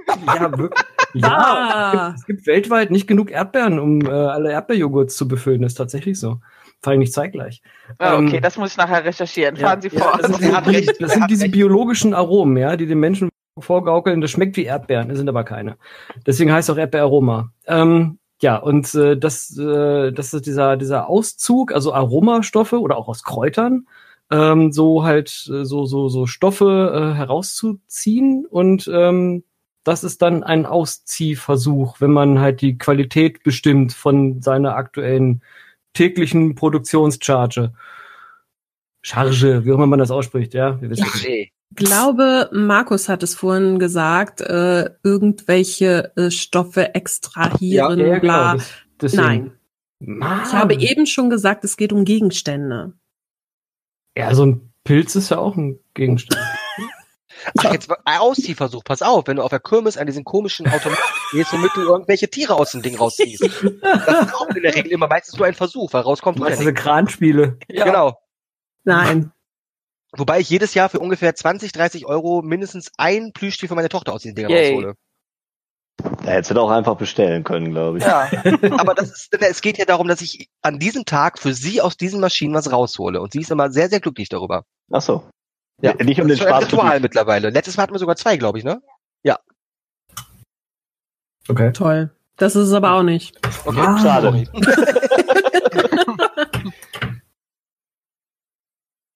Dank.
Ja, wirklich.
Ah.
Ja, es, gibt, es gibt weltweit nicht genug Erdbeeren, um äh, alle Erdbeerjoghurts zu befüllen. Das ist tatsächlich so. Vor allem nicht zeitgleich.
Ah, okay,
Ähm,
das muss ich nachher recherchieren. Fahren Sie
Ja,
fort.
das sind,
Er hat recht, er
das sind
hat
diese
recht.
biologischen Aromen, ja, die den Menschen vorgaukeln. Das schmeckt wie Erdbeeren, es sind aber keine. Deswegen heißt es auch Erdbeeraroma. Ähm, ja, und äh, das, äh, das ist dieser, dieser Auszug, also Aromastoffe oder auch aus Kräutern, ähm, so halt äh, so, so, so Stoffe äh, herauszuziehen und ähm, das ist dann ein Ausziehversuch, wenn man halt die Qualität bestimmt von seiner aktuellen täglichen Produktionscharge. Charge, wie auch immer man das ausspricht, ja. Wir wissen es nicht.
Nee.
Ich glaube, Markus hat es vorhin gesagt, äh, irgendwelche äh, Stoffe extrahieren, bla.
das- deswegen.
Nein.
Mann.
Ich habe eh- eben schon gesagt, es geht um Gegenstände.
Ja, so ein Pilz ist ja auch ein Gegenstand.
Ach, jetzt war- ein Ausziehversuch, pass auf, wenn du auf der Kirmes an diesen komischen Automaten gehst, womit du irgendwelche Tiere aus dem Ding rausziehst. Das ist auch in der Regel immer meistens nur ein Versuch, weil rauskommt
Weißt
wieder
du, diese
nichts.
Kranspiele.
Ja.
Genau.
Nein.
Wobei ich jedes Jahr für ungefähr 20, 30 Euro mindestens ein Plüschtier für meine Tochter aus diesen Dingern
Yay.
raushole.
Da hättest du doch auch einfach bestellen können, glaube ich.
Ja.
Aber das ist, es geht ja darum, dass ich an diesem Tag für sie aus diesen Maschinen was raushole. Und sie ist immer sehr, sehr glücklich darüber.
Ach so.
Ja.
Nicht um
das
den
ist schon ein
Spaß.
Ritual mittlerweile. Letztes Mal hatten wir sogar zwei, glaube ich, ne?
Okay.
Toll. Das ist es aber auch nicht.
Okay,
Ah.
sorry.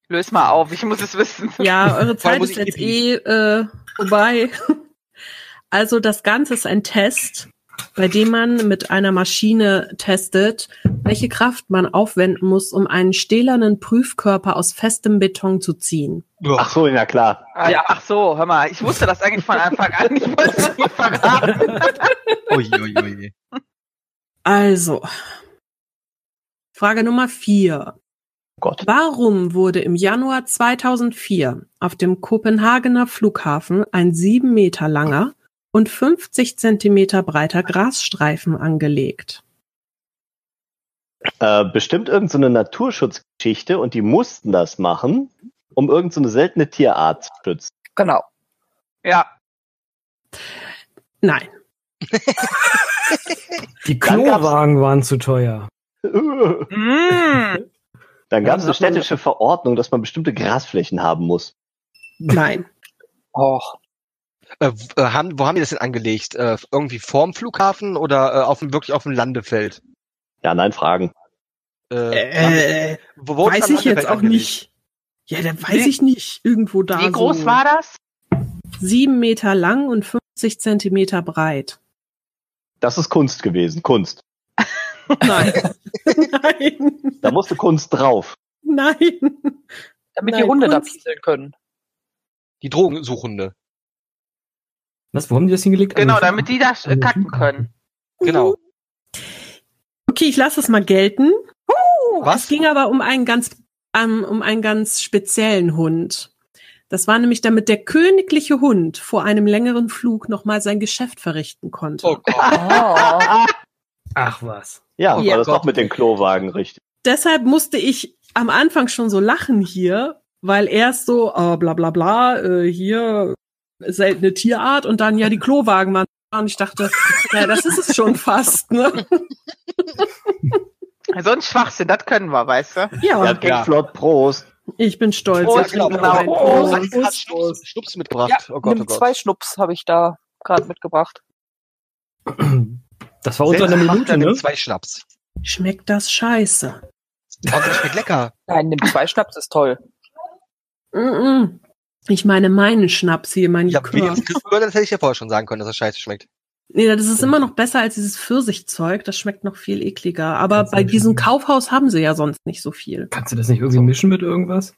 Löse mal auf, ich muss es wissen.
Ja, eure Zeit
muss
ist
ich
jetzt eh äh, vorbei. Also das Ganze ist ein Test, bei dem man mit einer Maschine testet, welche Kraft man aufwenden muss, um einen stählernen Prüfkörper aus festem Beton zu ziehen.
Ach so, ja klar.
Ah,
Ja.
Ach so, hör mal, ich wusste das eigentlich von Anfang an. Ich wollte es nicht verraten.
Ui, ui, ui.
Also, Frage Nummer vier.
Oh Gott.
Warum wurde im Januar 2004 auf dem Kopenhagener Flughafen ein sieben Meter langer und 50 Zentimeter breiter Grasstreifen angelegt?
Äh, bestimmt irgendeine so eine Naturschutzgeschichte und die mussten das machen, um irgendeine so eine seltene Tierart zu schützen.
genau.
Ja,
Nein.
Die
Dann gab's-
Klowagen waren zu teuer.
mm,
Dann
Ja,
gab es eine
hat man-
städtische Verordnung, dass man bestimmte Grasflächen haben muss.
Nein.
Och.
Äh, w- äh, haben, wo haben die das denn angelegt? Äh, irgendwie vorm Flughafen oder äh, auf dem, wirklich auf dem Landefeld?
Ja, nein, Fragen.
Äh,
wo wurde
weiß
Van
ich jetzt
Landefeld
auch nicht. Ja, da weiß ich nicht. Irgendwo da.
Wie groß
so
war das?
Sieben Meter lang und 50 Zentimeter breit.
Das ist Kunst gewesen, Kunst.
Nein. Nein.
Da musste Kunst drauf.
Nein.
damit
Nein,
die Hunde da
Kunst.
pieseln können.
Die Drogensuchende.
Was, wo haben die das hingelegt?
Genau,
An den-
damit die da
Also
äh, kacken können.
Genau.
Okay, ich lasse es mal gelten. Es
Was?
ging aber um einen ganz, ähm, um einen ganz speziellen Hund. Das war nämlich, damit der königliche Hund vor einem längeren Flug nochmal sein Geschäft verrichten konnte.
Oh Gott.
Oh
Ah,
Ach was.
Ja,
Ja.
war das auch mit dem Klowagen richtig.
Deshalb musste ich am Anfang schon so lachen hier, weil erst so, äh, bla bla bla, äh, hier seltene Tierart und dann ja die Klowagen waren. Und ich dachte, ja, das ist es schon fast. Ne?
So ein Schwachsinn, das können wir, weißt du?
Ja,
Ja,
ja. flott, Prost.
ich bin stolz.
Oh,
Prost,
ich bin
genau.
bereit.
Prost.
Prost.
Alex hat Schnups, Schnups mitgebracht.
Ja,
oh Gott, oh
nimm
Gott.
zwei Schnups habe ich da gerade mitgebracht.
Das war unter einer
Selbst macht er
Minute, ne?
mit zwei Schnaps.
Schmeckt das scheiße.
Aber das schmeckt lecker.
Nein, nimm zwei Schnaps ist toll.
Mm-mm. Mm, Ich meine meinen Schnaps hier, mein
Ja,
Likör.
wenigstens Likör, das hätte ich ja vorher schon sagen können, dass das scheiße schmeckt.
Nee, das ist immer noch besser als dieses Pfirsichzeug. Das schmeckt noch viel ekliger. Aber
Kannst du
bei
nicht
diesem
schmecken.
Kaufhaus haben sie ja sonst nicht so viel.
Kannst du das nicht irgendwie mischen mit irgendwas?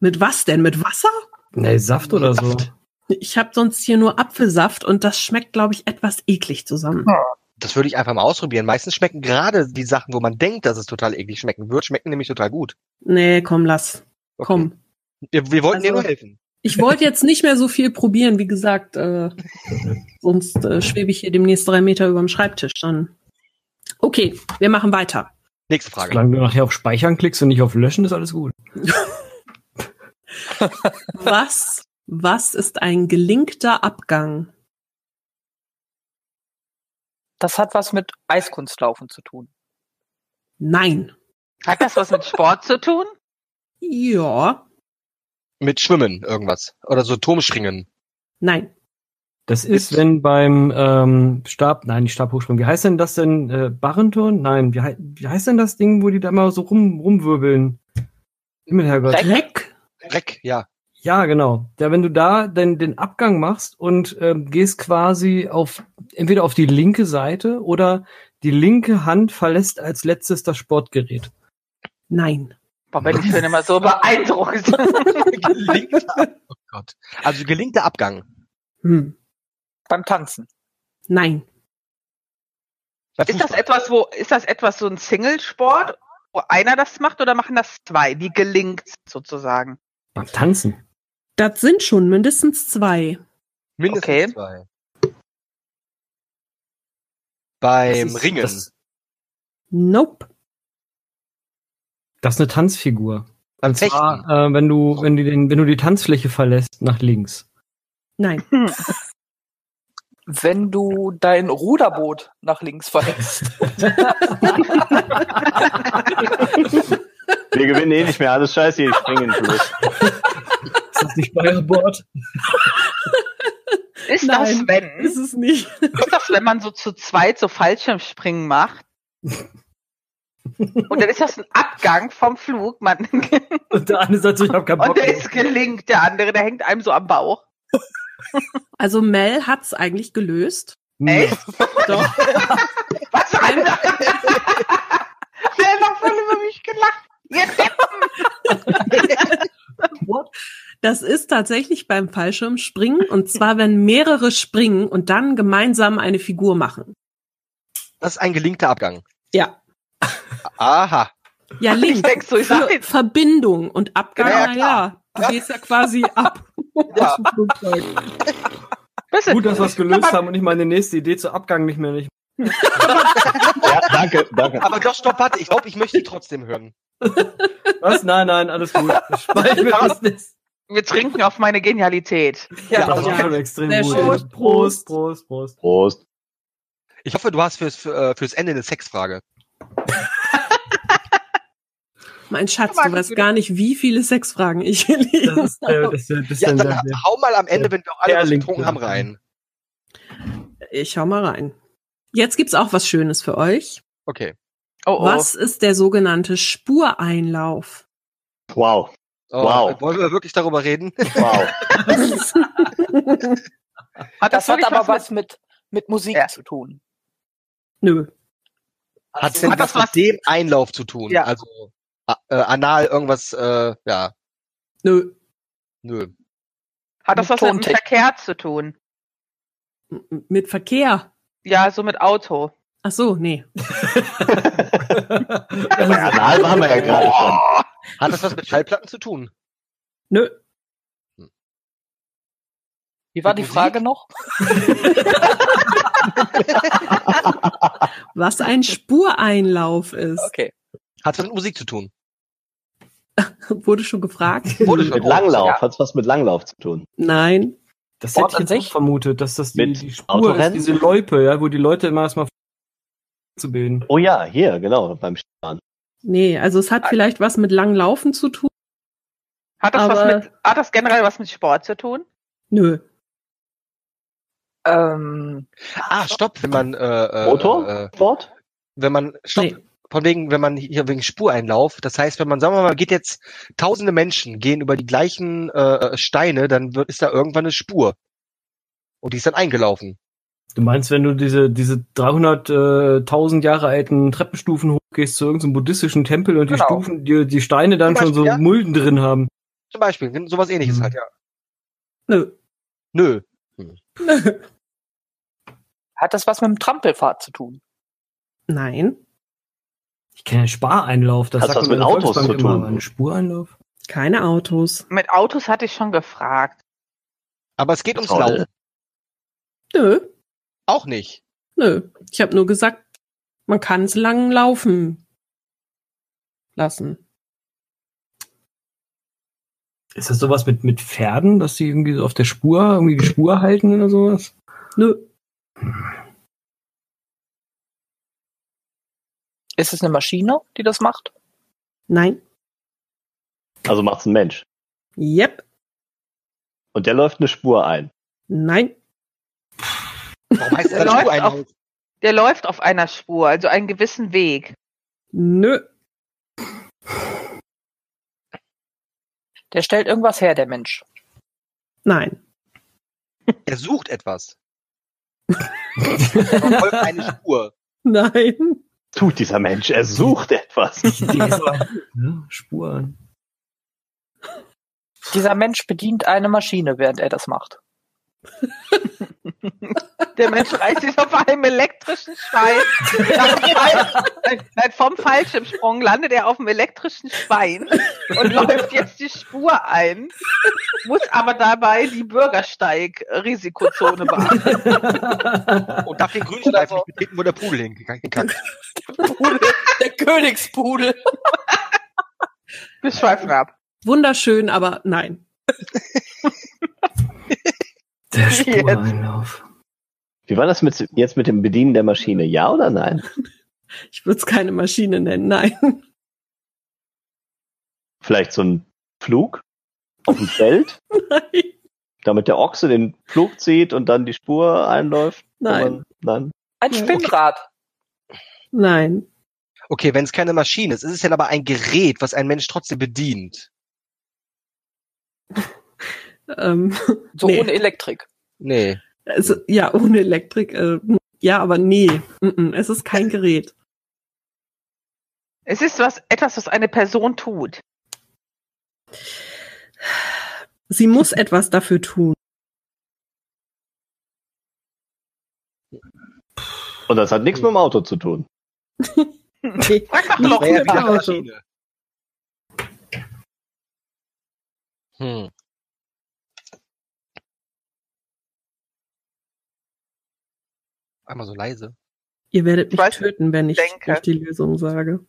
Mit was denn? Mit Wasser?
Nee, Saft oder so.
Saft.
Ich habe sonst hier nur Apfelsaft und das schmeckt, glaube ich, etwas eklig zusammen.
Das würde ich einfach mal ausprobieren. Meistens schmecken gerade die Sachen, wo man denkt, dass es total eklig schmecken wird, schmecken nämlich total gut.
Nee, komm, lass.
Okay.
Komm.
Wir, wir wollten dir
Also-
nur helfen.
Ich wollte jetzt nicht mehr so viel probieren, wie gesagt. Äh, sonst äh, schwebe ich hier demnächst drei Meter über dem Schreibtisch. Dann. Okay, wir machen weiter.
Nächste Frage.
Solange du nachher auf Speichern klickst und nicht auf Löschen, ist alles gut.
Was, was ist ein gelinkter Abgang?
Das hat was mit Eiskunstlaufen zu tun.
Nein.
Hat das was mit Sport zu tun?
Ja.
Mit Schwimmen irgendwas. Oder so Turmspringen.
Nein.
Das ist, wenn beim ähm, Stab, nein, nicht Stabhochsprung. Wie heißt denn das denn? Äh, Barrenturn? Nein, wie, hei- wie heißt denn das Ding, wo die da mal so rum, rumwirbeln? Himmel, Herrgott.
Reck?
Dreck?
Dreck, ja.
Ja, genau. Ja, wenn du da den, den Abgang machst und ähm, gehst quasi auf entweder auf die linke Seite oder die linke Hand verlässt als letztes das Sportgerät.
Nein.
Boah, bin ich schon immer so beeindruckt.
Gelinkter Ab- oh Gott. Also gelinkter Abgang.
Hm.
Beim Tanzen.
Nein.
Bei
Ist das
Fußball.
etwas, wo, ist das etwas so ein Singlesport, wo einer das macht oder machen das zwei? Wie gelingt sozusagen?
Beim Tanzen.
Das sind schon mindestens zwei.
Mindestens
Okay.
zwei. Beim
Das ist-
Ringen.
Das,
Nope.
das ist eine Tanzfigur.
beim
Und
Fechten.
zwar, äh, wenn du, wenn du den, wenn du die Tanzfläche verlässt nach links.
Nein.
Wenn du dein Ruderboot nach links verhängst.
Wir gewinnen eh nicht mehr, alles scheiße, ich springe in den Fluss.
Ist das nicht Steuerbord?
Ist
Nein.
das, wenn,
Ist es nicht.
ist das, wenn man so zu zweit so Fallschirmspringen macht? Und dann ist das ein Abgang vom Flug, man.
Und der eine sagt so, ich hab keinen Bock.
Und Oh, der ist gelingt, der andere, der hängt einem so am Bauch.
Also Mel hat's eigentlich gelöst.
Nee.
Echt?
Doch.
Was soll das? Der hat voll über mich gelacht. Ihr Deppen.
Das ist tatsächlich beim Fallschirmspringen. Und zwar, wenn mehrere springen und dann gemeinsam eine Figur machen.
Das ist ein gelinkter Abgang.
Ja.
Aha.
Ja,
Ich
Link.
denk so, ich sag
Für
jetzt,
Verbindung und Abgang,
Ja, ja,
na ja, du gehst ja quasi ab.
Ja.
bist du-
Gut, dass wir es gelöst haben und ich meine nächste Idee zu Abgang nicht mehr nicht.
Ja, danke, danke.
Aber doch, stopp, warte. Ich glaube, ich möchte die trotzdem hören.
Was? Nein, nein, alles gut. Speichern wir das nicht.
Wir trinken auf meine Genialität.
Ja,
Genau.
aber
also,
also,
das war
ja.
schon extrem
Sehr
gut.
schön.
Prost, Prost, Prost, Prost.
Prost.
Ich hoffe, du hast fürs, für, äh, fürs Ende eine Sexfrage.
Mein Schatz, du weißt gar nicht, wie viele Sexfragen ich hier
Das
liege.
ist, äh, das, das, das
Ja,
dann
dann
sehr,
ha-
sehr.
hau mal am Ende, wenn wir auch alle was
Erling-
getrunken haben, rein.
Ich schau mal rein. Jetzt gibt's auch was Schönes für euch.
Okay.
Oh, oh.
Was ist der sogenannte Spureinlauf?
Wow.
Oh,
Wow.
Wollen wir wirklich darüber reden?
Wow.
Hat das,
Das hat
wirklich
aber
was
was mit, mit Musik
Ja.
zu tun.
Nö.
Hat's denn
Hat
was
das
mit
was-
dem Einlauf zu tun?
Ja.
Also a- äh, anal irgendwas, äh, ja,
Nö.
nö.
mit, hat das was mit dem
Tontechnik.
Verkehr zu tun?
M- Mit Verkehr.
Ja, so mit Auto.
Ach so, nee.
Bei Anal waren wir ja gerade schon.
Hat das was mit Schallplatten zu tun?
Nö.
Wie war
Mit
die
Musik?
Frage noch?
Was ein Spureinlauf ist.
Okay.
Hat's was mit Musik zu tun?
Wurde schon gefragt?
Wurde schon.
Mit Langlauf.
Ja.
Hat's was mit Langlauf zu tun?
Nein.
Das
Sport
hätte ich
an
jetzt auch
sich?
vermutet, dass das die,
Mit
die Spur ist,
Autorennen?
diese Loipe, ja, wo die Leute immer erstmal zu bilden.
Oh ja, hier, genau, beim Stern.
Nee, also es hat vielleicht was mit Langlaufen zu tun.
Hat das,
Aber-
was mit, hat das generell was mit Sport zu tun?
Nö.
Ähm,
Ah, stopp, wenn man äh, äh, Äh,
Motorsport?
wenn man stopp,
Nee.
von wegen, wenn man hier wegen Spureinlauf, das heißt, wenn man, sagen wir mal, geht jetzt tausende Menschen, gehen über die gleichen äh, Steine, dann wird, ist da irgendwann eine Spur. Und die ist dann eingelaufen.
Du meinst, wenn du diese, diese 300.000 Jahre alten Treppenstufen hochgehst zu irgendeinem buddhistischen Tempel und die
Genau.
Stufen, die, die Steine dann
Zum
schon so
Beispiel, ja.
Mulden drin haben.
Zum Beispiel, sowas ähnliches
Mhm.
halt, ja.
Nö.
Nö.
Nö.
hat das was mit dem Trampelfahrt zu tun?
Nein.
Ich kenne einen Spareinlauf, das
Hat
sagt
was
man
mit
in der
Autos
Volksbank
zu
immer,
tun?
aber Ein Spureinlauf?
Keine Autos.
Mit Autos hatte ich schon gefragt.
Aber es geht ums
Toll.
Laufen.
Nö.
Auch nicht.
Nö. Ich habe nur gesagt, man kann es lang laufen lassen.
Ist das sowas mit, mit Pferden, dass die irgendwie so auf der Spur, irgendwie die Spur halten oder sowas?
Nö.
Ist es eine Maschine, die das macht?
Nein.
Also macht's ein Mensch.
Yep.
Und der läuft eine Spur ein.
Nein.
Warum heißt das
Läuft
Spureinlauf?
Der läuft auf einer Spur, also einen gewissen Weg.
Nö.
Der stellt irgendwas her, der Mensch.
Nein.
Er sucht etwas. er verfolgt eine Spur.
Nein.
Tut dieser Mensch, er sucht etwas.
ne? Spuren.
Dieser Mensch bedient eine Maschine, während er das macht.
Der Mensch reißt sich auf einem elektrischen Schwein. Nach dem Fall- nein, nein, vom Fallschirmsprung landet er auf dem elektrischen Schwein und läuft jetzt die Spur ein, muss aber dabei die Bürgersteig-Risikozone beachten.
Und darf den Grünstreifen nicht betreten, wo der Pudel hingekackt.
Der Königspudel.
Wir schweifen ab.
Wunderschön, aber nein.
Der
Jetzt.
Spureinlauf.
Wie war das mit, jetzt mit dem Bedienen der Maschine? Ja oder nein?
Ich würde es keine Maschine nennen. Nein.
Vielleicht so ein Flug auf dem Feld,
Nein.
damit der Ochse den Flug zieht und dann die Spur einläuft?
Nein.
Aber nein.
Ein Spinnrad.
Nein.
Okay, wenn es keine Maschine ist, ist es denn aber ein Gerät, was ein Mensch trotzdem bedient.
Ähm,
So
Nee.
ohne Elektrik.
Nee.
also, ja, ohne Elektrik. Äh, ja, aber nee. Mm-mm. Es ist kein Gerät.
Es ist was, etwas, was eine Person tut.
Sie muss etwas dafür tun.
Und das hat nichts mit dem Auto zu tun.
Nee.
Frag doch
Nicht
noch.
mit dem
Wäre wieder eine
Auto.
Maschine. Hm. Einmal so leise.
Ihr werdet
Ich
mich
weiß nicht,
töten, wenn ich
denke.
nicht die Lösung sage.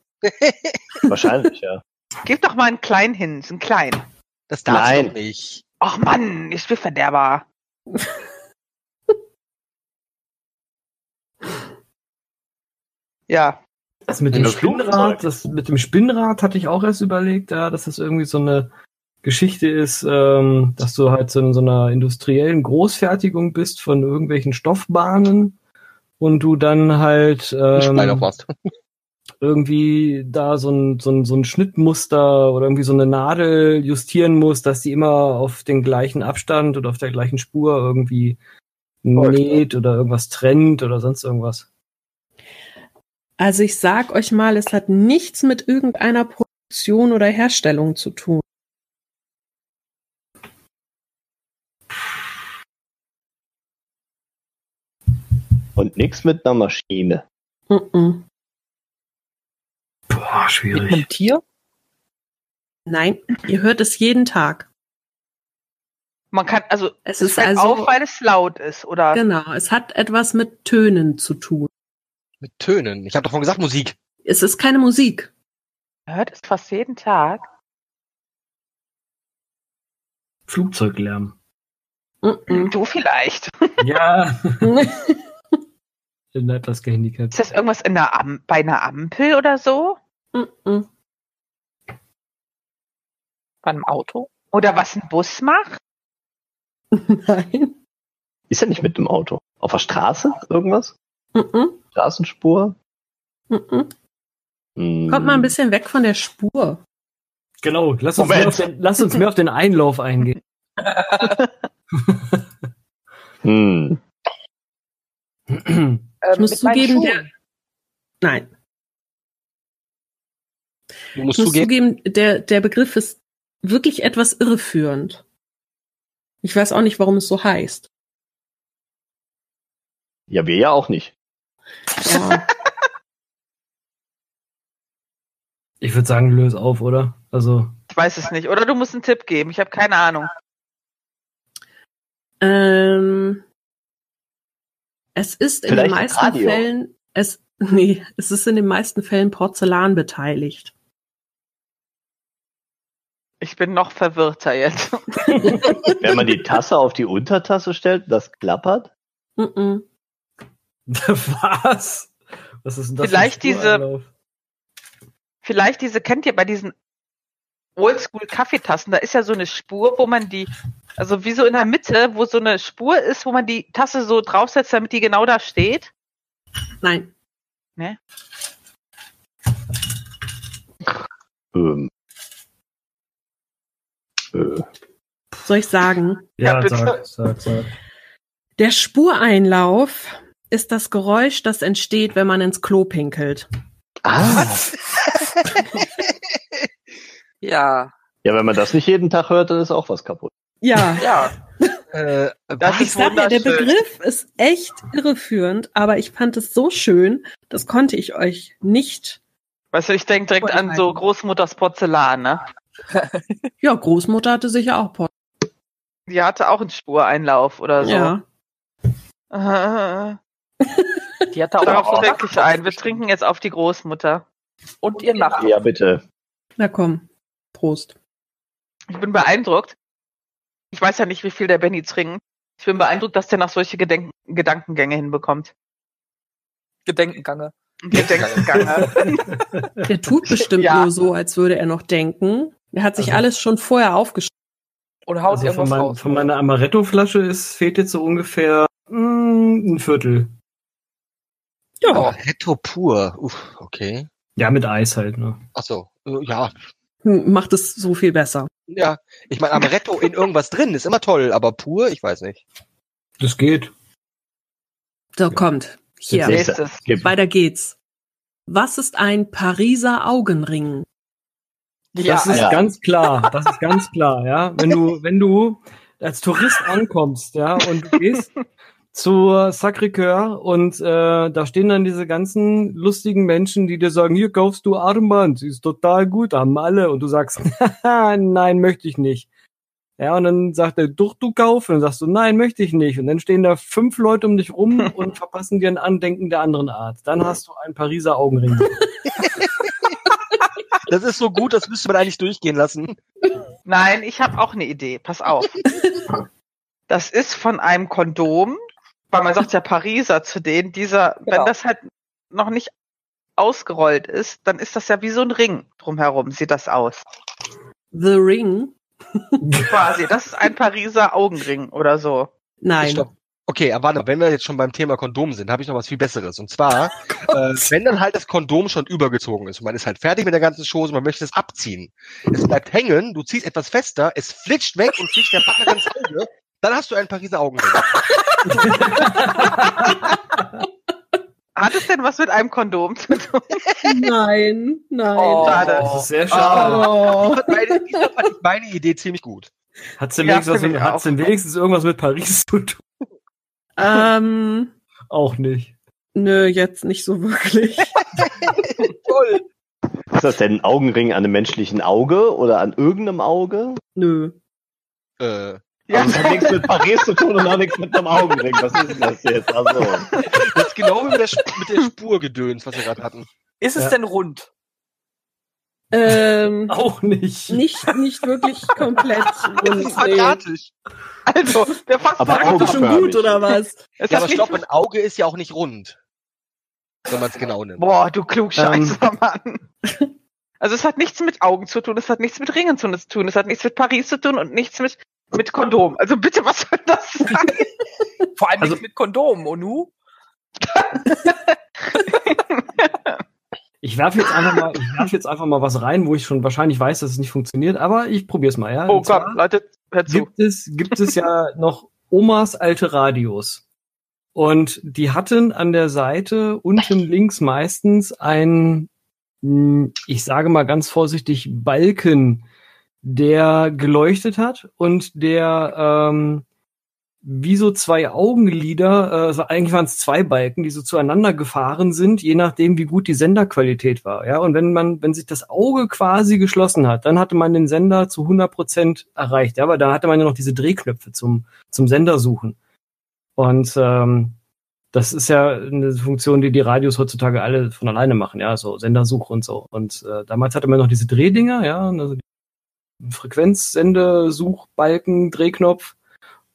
Wahrscheinlich, ja.
Gib doch mal einen kleinen hin, so einen kleinen.
Das darf
Nein.
doch nicht.
Ach Mann, ich bin verderbar. ja,
Das mit dem
Das Flugzeug.
Spinnrad, das mit dem Spinnrad hatte ich auch erst überlegt, ja, dass das irgendwie so eine Geschichte ist, ähm, dass du halt so in so einer industriellen Großfertigung bist von irgendwelchen Stoffbahnen und du dann halt
Ich meine
ähm,
auch was.
irgendwie da so ein, so, ein, so ein Schnittmuster oder irgendwie so eine Nadel justieren muss, dass die immer auf den gleichen Abstand oder auf der gleichen Spur irgendwie Oh, näht oder irgendwas trennt oder sonst irgendwas.
Also ich sag euch mal, es hat nichts mit irgendeiner Produktion oder Herstellung zu tun.
Und nichts mit einer Maschine.
Mm-mm.
Boah,
Mit einem
schwierig.
Tier?
Nein, ihr hört es jeden Tag.
Man kann, also,
Es
es
ist
fällt
also
auf, weil es laut ist, oder?
genau, es hat etwas mit Tönen zu tun.
Mit Tönen. Ich habe davon gesagt, Musik.
Es ist keine Musik.
Man hört es fast jeden Tag.
Flugzeuglärm.
Mm-mm.
Du vielleicht.
Ja. Ich bin etwas gehandicapt.
Ist das irgendwas in der Am bei einer Ampel oder so?
Mm-mm.
Bei einem Auto?
Oder was ein Bus macht?
Nein.
Ist ja nicht mit dem Auto. Auf der Straße irgendwas?
Mm-mm.
Straßenspur?
Mm-mm.
Hm.
Kommt mal ein bisschen weg von der Spur.
Genau, lass uns, mehr
Moment.
auf, den, lass uns mehr auf den Einlauf eingehen.
Hm.
Ähm,
Ich muss
Also mit meinen
zugeben,
Schuhen.
der, nein,
Du
ich
musst
muss
zugeben.
zugeben, der, der Begriff ist wirklich etwas irreführend. Ich weiß auch nicht, warum es so heißt.
Ja, wir ja auch nicht.
Ja.
Ich würde sagen, löse auf, oder? Also,
Ich weiß es nicht. Oder du musst einen Tipp geben. Ich habe keine Ahnung.
ähm, es ist in den
Vielleicht im
meisten
Radio.
Fällen, es, nee, es ist in den meisten Fällen Porzellan beteiligt.
Ich bin noch verwirrter jetzt.
Wenn man die Tasse auf die Untertasse stellt, das klappert.
Mm-mm.
was? Was ist denn das? für ein
Vielleicht diese-
Spureinlauf?
Vielleicht diese, kennt ihr bei diesen Oldschool-Kaffeetassen, da ist ja so eine Spur, wo man die, also wie so in der Mitte, wo so eine Spur ist, wo man die Tasse so draufsetzt, damit die genau da steht.
Nein.
Ähm. Äh.
Soll ich sagen?
Ja,
Ja,
bitte.
sag, sag, sag.
Der Spureinlauf ist das Geräusch, das entsteht, wenn man ins Klo pinkelt.
Ah.
Ja,
Ja, wenn man das nicht jeden Tag hört, dann ist auch was kaputt.
Ja.
ja.
Äh,
Das
Ich
ist
sag ja, der
wunderschön.
Begriff ist echt irreführend, aber ich fand es so schön, das konnte ich euch nicht.
Weißt du, ich denke direkt an so Großmutters Porzellan, ne?
Ja, Großmutter hatte sicher auch Porzellan.
Die hatte auch einen Spureinlauf oder so.
Ja.
Äh,
Die hat da auch
Darauf
noch
denke ich ein. Wir trinken jetzt auf die Großmutter.
Und ihr Nachbar.
Ja, bitte.
Na komm. Prost.
Ich bin beeindruckt. Ich weiß ja nicht, wie viel der Benny trinkt. Ich bin beeindruckt, dass der noch solche Gedenken Gedankengänge hinbekommt.
Gedenkengange.
Gedankengänge.
Der tut bestimmt
Ja.
nur so, als würde er noch denken. Er hat sich
Also-
alles schon vorher aufgeschrieben.
Und haut
Also von,
irgendwas
mein,
raus.
von meiner Amaretto-Flasche ist, fehlt jetzt so ungefähr mm, ein Viertel.
oh, Retro pur. Uff, okay.
Ja, mit Eis halt, ne?
Achso, äh, ja.
Hm, Macht es so viel besser.
Ja, ich meine, Amaretto in irgendwas drin ist immer toll, aber pur, ich weiß nicht.
Das geht.
So, kommt. Hier.
Jetzt
Nächstes.
Gib-
Weiter geht's. Was ist ein Pariser Augenring?
Ja,
Das ist
Ja.
ganz klar. Das ist ganz klar, ja. Wenn du, wenn du als Tourist ankommst, ja, und du gehst zur Sacré-Cœur und äh, da stehen dann diese ganzen lustigen Menschen, die dir sagen, hier kaufst du Armband, ist total gut, haben alle. Und du sagst, "Haha, nein, möchte ich nicht. Ja, und dann sagt er, doch, du kaufen. Und dann sagst du, nein, möchte ich nicht. Und dann stehen da fünf Leute um dich rum und verpassen dir ein Andenken der anderen Art. Dann hast du einen Pariser Augenring.
Das ist so gut, das müsste man eigentlich durchgehen lassen.
Nein, ich habe auch eine Idee. Pass auf. Das ist von einem Kondom, weil man sagt ja Pariser zu denen, dieser, wenn
Genau.
das halt noch nicht ausgerollt ist, dann ist das ja wie so ein Ring drumherum, sieht das aus.
The Ring?
Quasi. Das ist ein Pariser Augenring oder so.
Nein.
Stopp. Okay, aber warte, wenn wir jetzt schon beim Thema Kondom sind, habe ich noch was viel Besseres. Und zwar,
Oh
äh, wenn dann halt das Kondom schon übergezogen ist und man ist halt fertig mit der ganzen Chose, man möchte es abziehen. Es bleibt hängen, du ziehst etwas fester, es flitscht weg und fliegt der Partner ins Auge, dann hast du einen Pariser Augenring.
Hat es denn was mit einem Kondom zu tun?
Nein, nein.
Oh.
Schade.
Ah, Das ist sehr schade.
Oh.
Meine, diesmal fand ich meine Idee ziemlich gut.
Hat's denn
Ja,
wenigstens,
finde ich auch.
hat's denn wenigstens irgendwas mit Paris zu tun?
Ähm,
Auch nicht.
nö, jetzt nicht so wirklich.
Toll.
Ist das denn ein Augenring an einem menschlichen Auge oder an irgendeinem Auge?
Nö.
Äh,
Ja.
Also, es hat nichts mit Paris zu tun und auch nichts mit einem Augenring. Was ist denn das jetzt? Also,
das ist genau wie mit der, Sp- mit der Spur gedöns, was wir gerade hatten.
Ist es
Ja.
denn rund?
Ähm,
Auch nicht.
nicht, nicht wirklich komplett.
Das
rund,
ist
nee.
quadratisch.
Also, der fasst
Aber
mal-
War doch schon gut,
Augenförmig.
oder was?
Es hat
Ja, aber ich
nicht-
glaube, ein Auge ist ja auch nicht rund. Wenn man es genau nimmt.
Boah, du klugscheißer Mann. Ähm. Also es hat nichts mit Augen zu tun, es hat nichts mit Ringen zu tun, es hat nichts mit Paris zu tun und nichts mit, mit Kondom. Also bitte, was soll das sein?
Vor allem
Also-
nicht mit Kondom, Onu.
Ich werfe jetzt einfach mal, ich werf jetzt einfach mal was rein, wo ich schon wahrscheinlich weiß, dass es nicht funktioniert, aber ich probier's mal, ja.
Oh
Und zwar
Gott, Leute, hört zu.
Gibt es, gibt es ja noch Omas alte Radios. Und die hatten an der Seite unten links meistens ein, mh, ich sage mal ganz vorsichtig, Balken, der geleuchtet hat und der ähm, wie so zwei Augenlider, äh, es war- eigentlich waren es zwei Balken, die so zueinander gefahren sind, je nachdem, wie gut die Senderqualität war. Ja, und wenn man, wenn sich das Auge quasi geschlossen hat, dann hatte man den Sender zu 100 Prozent erreicht. Ja, aber da hatte man ja noch diese Drehknöpfe zum zum Sender suchen. Und ähm, das ist ja eine Funktion, die die Radios heutzutage alle von alleine machen. Ja, so Sendersuche und so. Und äh, damals hatte man noch diese Drehdinger, ja, also die Frequenzsendesuchbalken, Drehknopf.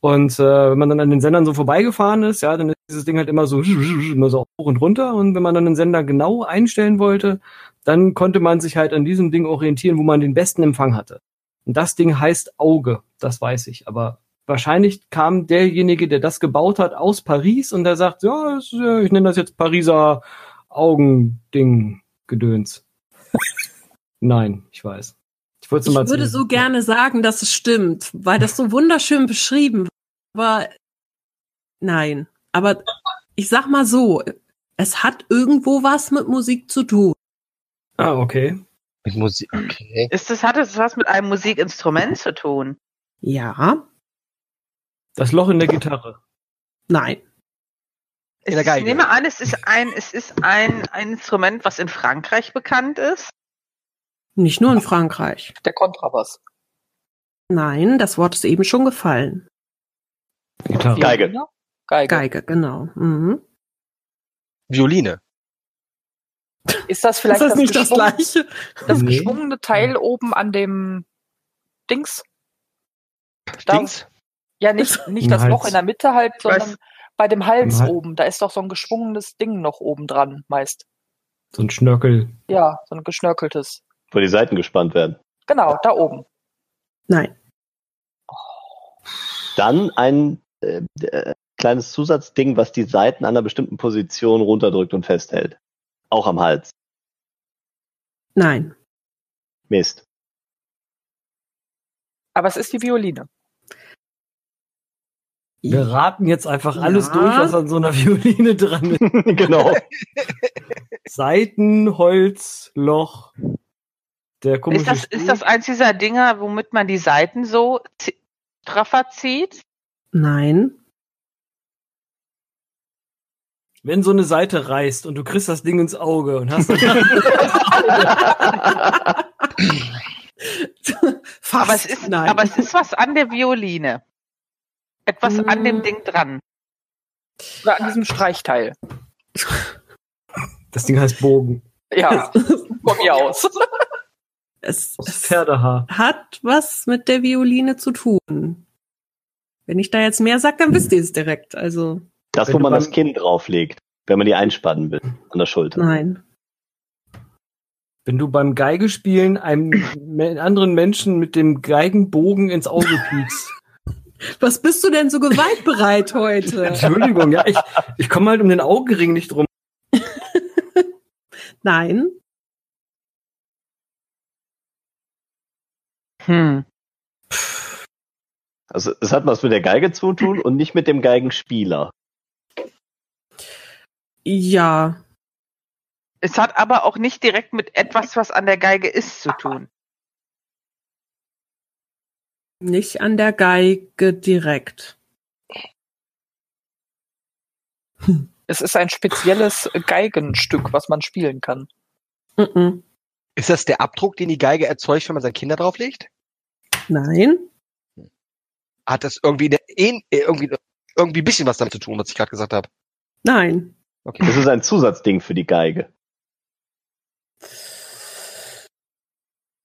Und äh, wenn man dann an den Sendern so vorbeigefahren ist, ja, dann ist dieses Ding halt immer so, immer so hoch und runter. Und wenn man dann den Sender genau einstellen wollte, dann konnte man sich halt an diesem Ding orientieren, wo man den besten Empfang hatte. Und das Ding heißt Auge, das weiß ich. Aber wahrscheinlich kam derjenige, der das gebaut hat, aus Paris und der sagt, ja, es ist, äh, ich nenne das jetzt Pariser Augending Gedöns. Nein, ich weiß. Ich, wollt's
Ich
nur mal
würde
erzählen.
so gerne sagen, dass es stimmt, weil das so wunderschön beschrieben war. Aber nein. Aber ich sag mal so, es hat irgendwo was mit Musik zu tun.
Ah, okay.
Mit Musik. Okay.
Ist das, hat es was mit einem Musikinstrument zu tun?
Ja,
Das Loch in der Gitarre.
nein.
Es
In der
Ist,
Geige.
ich nehme an, es ist ein, es ist ein, ein Instrument, was in Frankreich bekannt ist.
Nicht nur in Frankreich.
Der Kontrabass.
Nein, das Wort ist eben schon gefallen.
Gitarre.
Geige.
Geige.
Geige, genau. Mhm.
Violine.
Ist das vielleicht
ist das nicht das
geschwung-
gleiche?
das
Nee.
geschwungene Teil oben an dem Dings? Da-
Dings.
Ja, nicht, nicht
Im
das
Hals.
Loch in der Mitte halt, sondern
weiß-
bei dem Hals
Im Hals.
oben. Da ist doch so ein geschwungenes Ding noch oben dran, meist.
So ein Schnörkel.
Ja, so ein geschnörkeltes.
wo die Seiten gespannt werden.
Genau, da oben.
Nein.
Dann ein äh, äh, kleines Zusatzding, was die Seiten an einer bestimmten Position runterdrückt und festhält. Auch am Hals.
Nein.
Mist.
Aber es ist die Violine.
Wir raten jetzt einfach alles
Ja.
durch, was an so einer Violine dran ist.
genau.
Saiten, Holz, Loch. Der komische
Ist das,
Stuhl.
ist das eins dieser Dinger, womit man die Seiten so zi- straffer zieht?
Nein.
Wenn so eine Seite reißt und du kriegst das Ding ins Auge und hast dann,
Fast.
Aber es ist,
nein.
aber es ist was an der Violine. Etwas an dem
Mm.
Ding dran.
Oder an diesem Streichteil.
das Ding heißt Bogen.
Ja, von mir aus.
es,
Aus
es
Pferdehaar.
hat was mit der Violine zu tun. Wenn ich da jetzt mehr sag, dann wisst ihr es direkt. Also
Das,
Wenn
wo
du
man das
beim-
Kinn drauflegt, wenn man die einspannen will an der Schulter.
Hm. nein.
Wenn du beim Geigespielen einem me- anderen Menschen mit dem Geigenbogen ins Auge piekst.
Was bist du denn so gewaltbereit heute?
Entschuldigung, ja, ich, ich komme halt um den Augenring nicht drum.
Nein.
Hm.
Also es hat was mit der Geige zu tun und nicht mit dem Geigenspieler.
Ja.
Es hat aber auch nicht direkt mit etwas, was an der Geige ist, zu tun.
Nicht an der Geige direkt.
Es ist ein spezielles Geigenstück, was man spielen kann.
Mhm.
Ist das der Abdruck, den die Geige erzeugt, wenn man seine Kinder drauflegt?
Nein.
Hat das irgendwie, eine, ähn- äh, irgendwie, irgendwie ein bisschen was damit zu tun, was ich gerade gesagt habe?
Nein.
Okay.
Das ist ein Zusatzding für die Geige.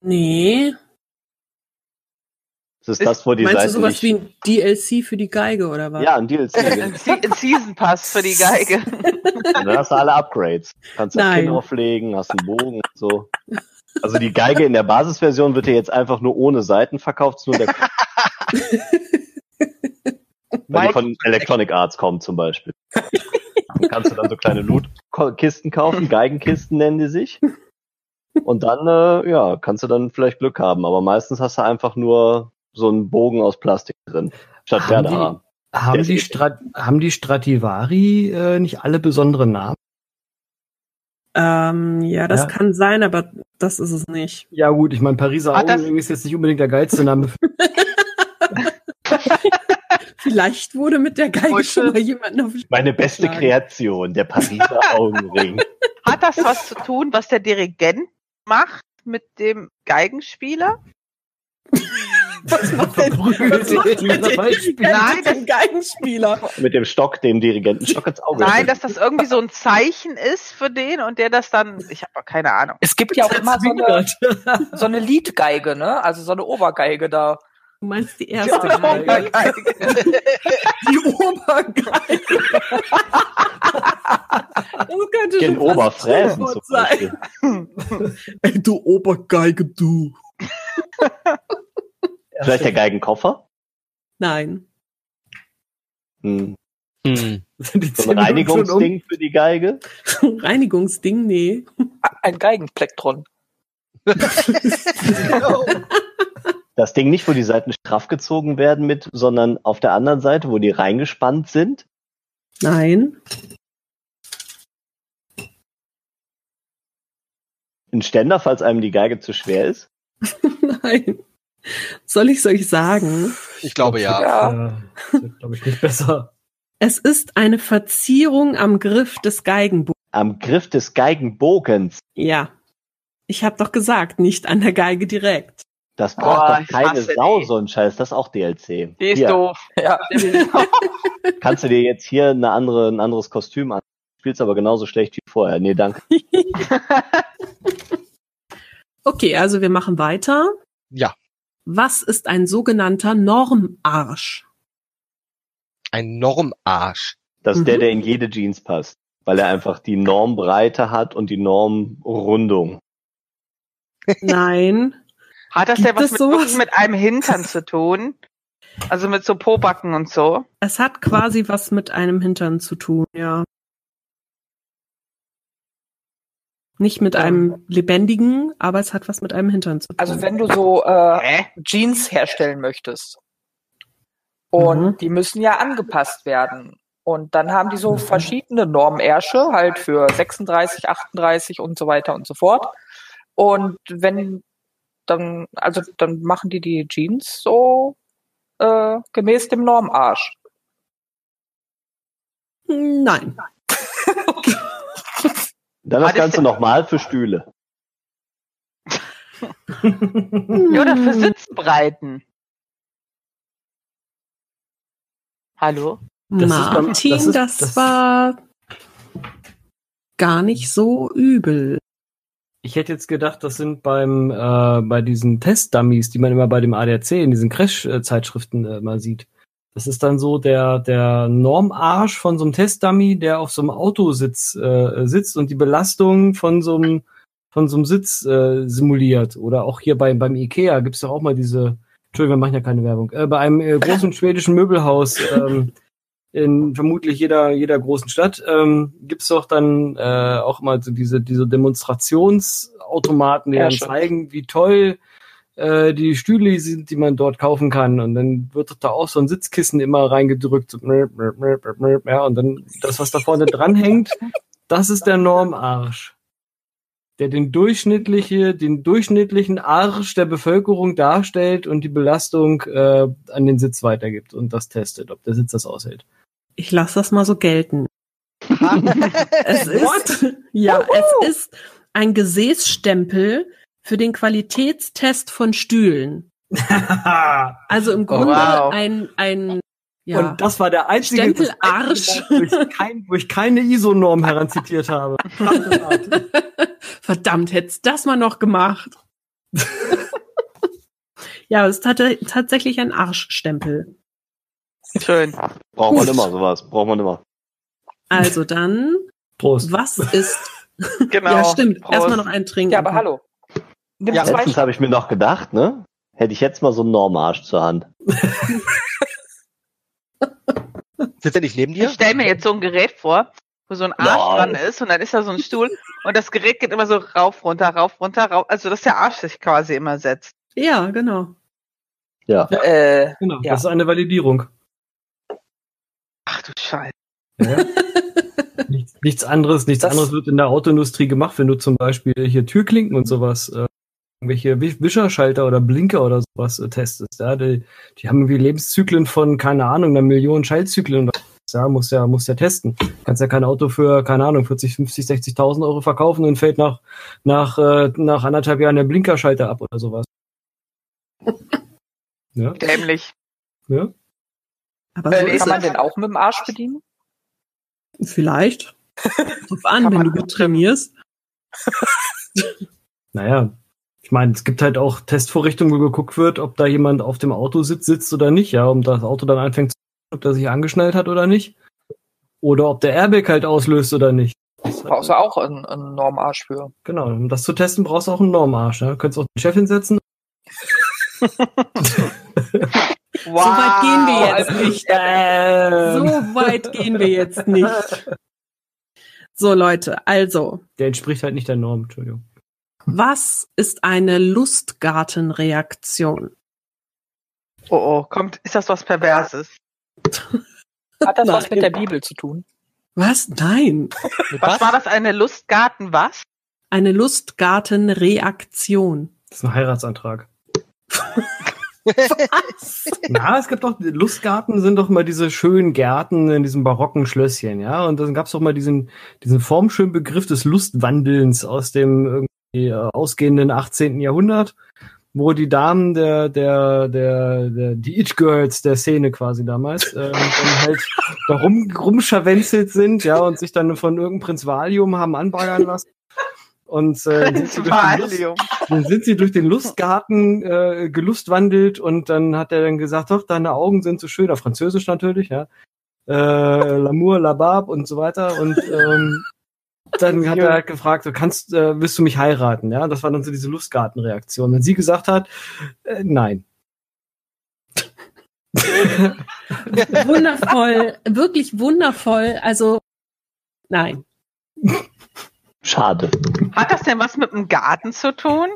Nee.
Das ist
Ist-
das, wo die
Meinst
Seite
du sowas
nicht-
wie ein DLC für die Geige oder was?
Ja, ein DLC.
Ein Se- ein Season Pass für die Geige.
Dann hast du alle Upgrades. Kannst das
Nein.
Kinn auflegen, hast einen Bogen und so. Also die Geige in der Basisversion wird dir jetzt einfach nur ohne Saiten verkauft, ist nur der Kopf, weil die von Electronic Arts kommt zum Beispiel. Dann kannst du dann so kleine Lootkisten kaufen, Geigenkisten nennen die sich. Und dann, äh, ja, kannst du dann vielleicht Glück haben, aber meistens hast du einfach nur so einen Bogen aus Plastik drin. Statt
Haben
Pferdehaar.
Haben
Der
die,
ist-
Strat haben die Strativari äh, nicht alle besondere Namen?
Ähm, ja, das
Ja.
kann sein, aber das ist es nicht.
Ja gut, ich meine, Pariser
Hat das-
Augenring ist jetzt nicht unbedingt der geilste Name. für-
Vielleicht wurde mit der Geige
Heute-
schon mal jemand auf
Meine beste
Sagen.
Kreation, der Pariser Augenring.
Hat das was zu tun, was der Dirigent macht mit dem Geigenspieler?
Was macht denn,
Verprügelt
was macht denn
den
der
Beispiel.
Dirigent mit
Nein,
dem Geigenspieler?
Mit dem Stock, dem Dirigentenstock ins Auge.
Nein, dass das irgendwie so ein Zeichen ist für den und der das dann. Ich habe keine Ahnung.
Es gibt ja auch immer so eine,
Zwingert.
so eine Liedgeige, ne? Also so eine Obergeige da.
Du meinst die
erste
erste
Ja,
Geige.
Geige.
Die Obergeige. das könnte
Den
schon fast
Oberfräsen
Stichwort
zum Beispiel.
Ey, du Obergeige, du.
Vielleicht der Geigenkoffer?
Nein.
Hm.
Hm.
Sind die
So
zehn
ein
Minuten schon um?
Reinigungsding für die Geige?
Reinigungsding, nee.
Ein Geigenplektron.
Das Ding nicht, wo die Seiten straff gezogen werden mit, sondern auf der anderen Seite, wo die reingespannt sind.
Nein.
Ein Ständer, falls einem die Geige zu schwer ist.
Nein. Soll ich euch sagen?
Ich glaube
Ah.
ja.
Ja.
Ja, das wird, glaube ich, nicht besser.
Es ist eine Verzierung am Griff des Geigenbogens.
Am Griff des Geigenbogens.
Ja. Ich habe doch gesagt, nicht an der Geige direkt.
Das braucht
Boah,
doch
Ah, ich
keine
hasse
Sau,
die.
so ein Scheiß. Das ist auch DLC.
Die ist
Hier,
doof.
Ja.
kannst du dir jetzt hier eine andere, ein anderes Kostüm an. Spielst aber genauso schlecht wie vorher. Nee, danke.
Okay, also wir machen weiter.
Ja.
Was ist ein sogenannter Normarsch?
Ein Normarsch.
Das ist der,
Mhm.
der in jede Jeans passt. Weil er einfach die Normbreite hat und die Normrundung.
Nein.
Hat das
Gibt
ja was
es
mit,
sowas?
irgendwie mit einem Hintern zu tun? Also mit so Pobacken und so.
Es hat quasi was mit einem Hintern zu tun, ja. Nicht mit einem lebendigen, aber es hat was mit einem Hintern zu tun.
Also wenn du so äh,
Hä?
Jeans herstellen möchtest. Und
Mhm.
die müssen ja angepasst werden. Und dann haben die so verschiedene Normärsche, halt für 36, 38 und so weiter und so fort. Und wenn dann, also dann machen die die Jeans so äh, gemäß dem Normarsch.
Nein.
Dann
Ah, das
das Ganze
ist-
nochmal für Stühle.
Ja, Oder
Hm.
für Sitzbreiten. Hallo?
ist beim-
Martin, das,
das ist- das-
war gar nicht so übel.
Ich hätte jetzt gedacht, das sind beim äh, bei diesen Testdummies, die man immer bei dem ADAC in diesen Crash-Zeitschriften äh, mal sieht. Das ist dann so der der Normarsch von so einem Testdummy, der auf so einem Autositz äh, sitzt und die Belastung von so einem von so einem Sitz äh, simuliert. Oder auch hier bei, beim Ikea gibt's doch auch mal diese Entschuldigung, wir machen ja keine Werbung, äh, bei einem äh, großen schwedischen Möbelhaus ähm, in vermutlich jeder, jeder großen Stadt ähm, gibt's doch dann äh, auch mal so diese, diese Demonstrationsautomaten, die
Ja,
dann
schon.
zeigen, wie toll äh, die Stühle sind, die man dort kaufen kann. Und dann wird doch da auch so ein Sitzkissen immer reingedrückt. So, mrp, mrp, mrp, mrp, ja, und dann das, was da vorne dranhängt, das ist der Normarsch. Der den durchschnittliche, den durchschnittlichen Arsch der Bevölkerung darstellt und die Belastung äh, an den Sitz weitergibt und das testet, ob der Sitz das aushält.
Ich lasse das mal so gelten. Es ist, ja, es ist ein Gesäßstempel für den Qualitätstest von Stühlen. Also im Grunde
wow.
ein, ein, ja.
Und das war der einzige
Stempelarsch.
Wo ich, kein, wo ich keine ISO-Norm heranzitiert habe.
Verdammt, hättest das mal noch gemacht. ja, es ist tat- tatsächlich ein Arschstempel.
Schön.
Braucht man
Gut.
immer sowas. Braucht man immer.
Also dann,
Prost.
was ist.
Genau.
ja, stimmt.
Prost.
Erstmal noch ein Trinken.
Ja, aber hallo. Nimm
Ja,
zwei
Letztens habe ich mir noch gedacht, ne? Hätte ich jetzt mal so einen Normarsch zur Hand.
Sitzt er nicht neben dir?
Ich stell mir jetzt so ein Gerät vor, wo so ein Arsch
Lol.
dran ist und dann ist da so ein Stuhl und das Gerät geht immer so rauf, runter, rauf, runter, rauf. Also, dass der Arsch sich quasi immer setzt.
Ja, genau.
Ja.
Äh,
Genau,
Ja.
das ist eine Validierung.
Ach du Scheiße.
Nichts, nichts anderes, nichts
Das-
anderes wird in der Autoindustrie gemacht, wenn du zum Beispiel hier Türklinken und sowas, äh, irgendwelche Wisch- Wischerschalter oder Blinker oder sowas äh, testest. Ja, die, die haben irgendwie Lebenszyklen von, keine Ahnung, einer Million Schaltzyklen oder was. Ja, muss ja, muss ja testen. Kannst ja kein Auto für, keine Ahnung, 40, 50, 60.000 Euro verkaufen und fällt nach, nach, äh, nach anderthalb Jahren der Blinkerschalter ab oder sowas. Ja,
Dämlich.
ja.
Aber so
Äh,
ist
kann man
es.
den auch mit dem Arsch bedienen?
Vielleicht. Ruf an,
Kann
wenn
man
du gut trainierst.
Naja, ich meine, es gibt halt auch Testvorrichtungen, wo geguckt wird, ob da jemand auf dem Autositz sitzt oder nicht, ja, ob das Auto dann anfängt zu ob der sich angeschnallt hat oder nicht. Oder ob der Airbag halt auslöst oder nicht. Das
Brauchst
hat,
du auch einen, einen Normarsch für.
genau, um das zu testen, brauchst du auch einen Normarsch. Ne? Du könntest auch den Chef hinsetzen.
Wow.
So weit gehen wir jetzt nicht.
Ähm,
So weit gehen wir jetzt nicht. So, Leute, also,
Der entspricht halt nicht der Norm, Entschuldigung.
was ist eine Lustgartenreaktion?
Oh, oh, kommt, ist das was Perverses?
Hat das
Nein.
was mit der Bibel zu tun?
Was? Nein.
Mit
Was war das? Eine Lustgarten was?
Eine Lustgartenreaktion.
Das ist ein Heiratsantrag. Na, es gibt doch, Lustgarten sind doch mal diese schönen Gärten in diesem barocken Schlösschen, ja. Und dann gab es doch mal diesen, diesen formschönen Begriff des Lustwandelns aus dem irgendwie äh, ausgehenden 18. Jahrhundert, wo die Damen der, der, der, der die It-Girls der Szene quasi damals, ähm, dann halt da rum, rumscharwenzelt sind, ja, und sich dann von irgendeinem Prinz Valium haben anbaggern lassen. Und äh, sind sie durch die Lust-
Valium.
dann sind sie durch den Lustgarten äh, gelustwandelt und dann hat er dann gesagt, doch, deine Augen sind so schön, auf Französisch natürlich, ja. Äh, L'amour, la barbe und so weiter. Und ähm, dann hat er halt gefragt, so, kannst, äh, willst du mich heiraten? Ja, das war dann so diese Lustgartenreaktion. Und sie gesagt hat, äh, nein.
Wundervoll, wirklich wundervoll. Also, nein.
Schade.
Hat das denn was mit dem Garten zu tun?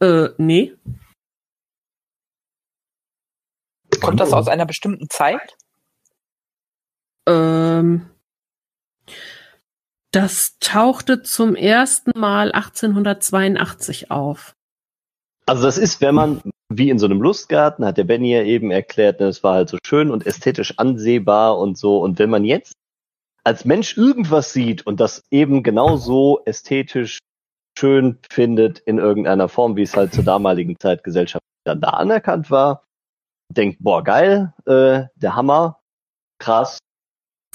Äh, nee.
Kommt das aus einer bestimmten Zeit?
Ähm, das tauchte zum ersten Mal 1882 auf.
Also das ist, wenn man, wie in so einem Lustgarten, hat der Benny ja eben erklärt, ne, es war halt so schön und ästhetisch ansehbar und so. Und wenn man jetzt als Mensch irgendwas sieht und das eben genauso ästhetisch schön findet in irgendeiner Form, wie es halt zur damaligen Zeit gesellschaftlich dann da anerkannt war, denkt, boah, geil, äh, der Hammer, krass,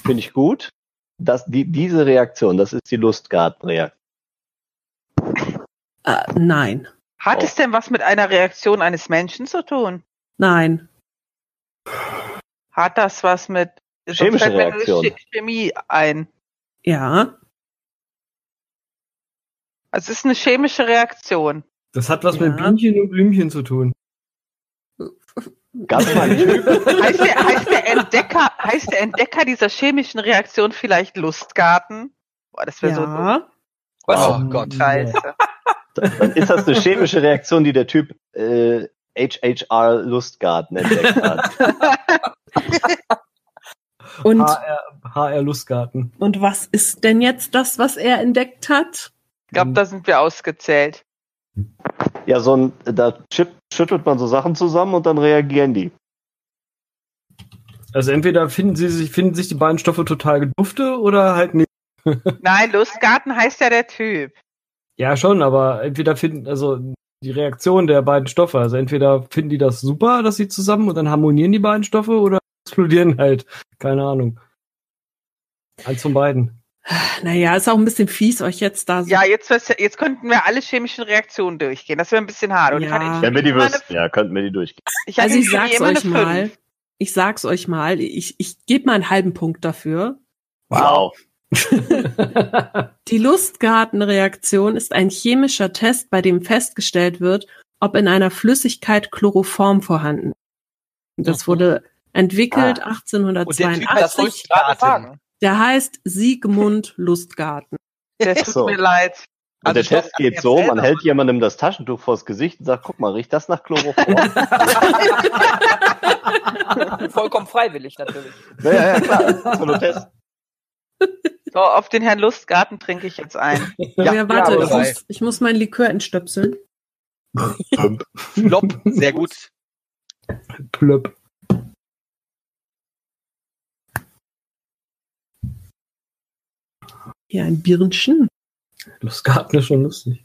finde ich gut. Das, die, diese Reaktion, das ist die Lustgartenreaktion.
Äh, nein.
Oh.
Hat es denn was mit einer Reaktion eines Menschen zu tun?
Nein.
Hat das was mit sonst
Chemische
fällt mir nur
Reaktion.
Che- Chemie ein?
Ja.
Also es ist eine chemische Reaktion.
Das hat was
Ja.
mit Bienchen und Blümchen zu tun.
Ganz mal
Heißt der, heißt der Entdecker, heißt der Entdecker dieser chemischen Reaktion vielleicht Lustgarten? Boah, das wäre so ein
Ja.
Was?
Oh,
Oh Gott.
Scheiße.
Dann ist das eine chemische Reaktion, die der Typ äh, HHR Lustgarten entdeckt hat.
Und,
HR, HR Lustgarten.
und was ist denn jetzt das, was er entdeckt hat?
Ich glaube, da sind wir ausgezählt.
Ja, so ein, da chip, schüttelt man so Sachen zusammen und dann reagieren die.
Also entweder finden sie sich, finden sich die beiden Stoffe total gedufte oder halt nicht.
Nein, Lustgarten heißt ja der Typ.
Ja, schon, aber entweder finden, also die Reaktion der beiden Stoffe, also entweder finden die das super, dass sie zusammen und dann harmonieren die beiden Stoffe oder explodieren halt. Keine Ahnung. Eins von beiden.
Naja, ist auch ein bisschen fies, euch jetzt da so.
Ja, jetzt, wär's- jetzt könnten wir alle chemischen Reaktionen durchgehen. Das wäre ein bisschen hart. Und ich
Ja.
hatte-
Wenn
wir die
immer eine-
wüssten, ja, könnten wir die durchgehen.
ich hatte
also ich
irgendwie
sag's
immer eine
euch mal.
Fünf.
Ich sag's euch mal. Ich, ich gebe mal einen halben Punkt dafür.
Wow.
Die Lustgartenreaktion ist ein chemischer Test, bei dem festgestellt wird, ob in einer Flüssigkeit Chloroform vorhanden ist. Und Das wurde entwickelt
Und der Typ
1882.
das wollte ich gerade sagen.
Der heißt Siegmund Lustgarten.
Das tut
So.
mir leid.
Und
Also
der Test
Stoff-
geht so, man
Erzähl
hält jemandem das Taschentuch vors Gesicht und sagt, guck mal, riecht das nach Chloroform?
ne?
Vollkommen freiwillig natürlich.
ja, ja, ja, klar. Das ist nur ein Test.
So, Oh, auf den Herrn Lustgarten trinke ich jetzt ein.
Ja, warte,
ja,
ich,
dabei.
muss, ich muss mein Likör entstöpseln.
Flop, sehr gut.
Plöpp.
Hier ein Birnchen.
Lustgarten ist schon lustig.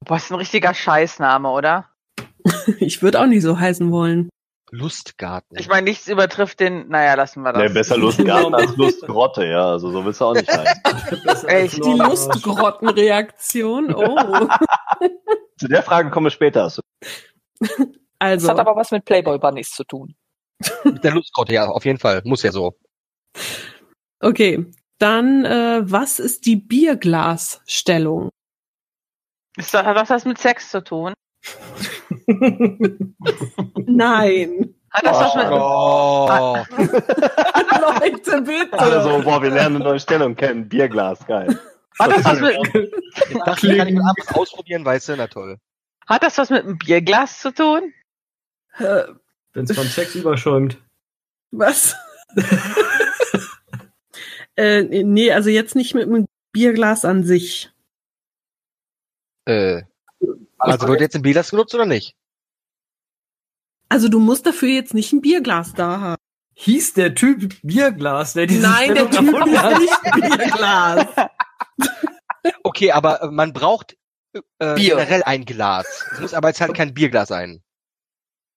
Boah, ist ein richtiger Scheißname, oder?
Ich würde auch nicht so heißen wollen.
Lustgarten.
Ich meine, nichts übertrifft den, naja, lassen wir das.
Nee, besser Lustgarten als Lustgrotte, ja. Also so willst du auch nicht sein.
Echt?
Die Lustgrottenreaktion. Oh.
Zu der Frage kommen wir später. Also,
Das
Also,
hat aber was mit Playboy Bunnies zu tun.
Mit der Lustgrotte, ja, auf jeden Fall. Muss ja so.
okay. Dann, äh, was ist die Bierglasstellung?
Ist doch, hat doch was mit Sex zu tun?
Nein.
Hat das was mit,
Oh.
Ah.
Leute,
Alle
bitte.
so, boah, wir lernen eine neue Stellung kennen. Bierglas, geil. Also,
hat, das was mit
Jetzt dachte ich, kann ich mal abends ausprobieren, weißt du, na toll.
hat das was mit einem Bierglas zu tun?
Äh,
Wenn es von Sex überschäumt.
was? äh, nee, also jetzt nicht mit einem Bierglas an sich.
Äh. Also wird jetzt ein Bierglas genutzt oder nicht?
Also du musst dafür jetzt nicht ein Bierglas da haben.
Hieß der Typ Bierglas, der diese
Nein, der
Stellung
Typ
erfunden hat?
ist nicht ein Bierglas.
Okay, aber äh, man braucht äh,
Bier.
generell ein Glas. Es muss aber jetzt halt kein Bierglas sein.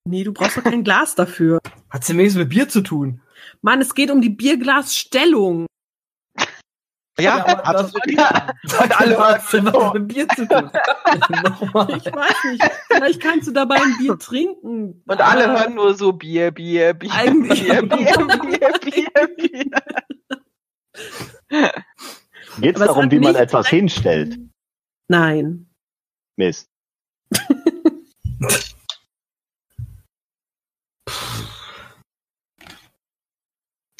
Nee, du brauchst doch kein Glas dafür.
Hat's ja nichts mit Bier zu tun.
Mann, es geht um die Bierglasstellung.
Ja,
das-
absolut.
Hat alle was was mit Bier zu tun. Nochmal.
Ich weiß nicht. Vielleicht kannst du dabei ein Bier trinken.
Ah.
Und alle
Aber
hören nur so Bier, Bier, Bier,
Eigentlich-
Bier, Bier, Bier, Bier, Bier.
Geht es
Aber es
darum,
hat
wie man
nicht
etwas hinstellt?
Nein.
Mist.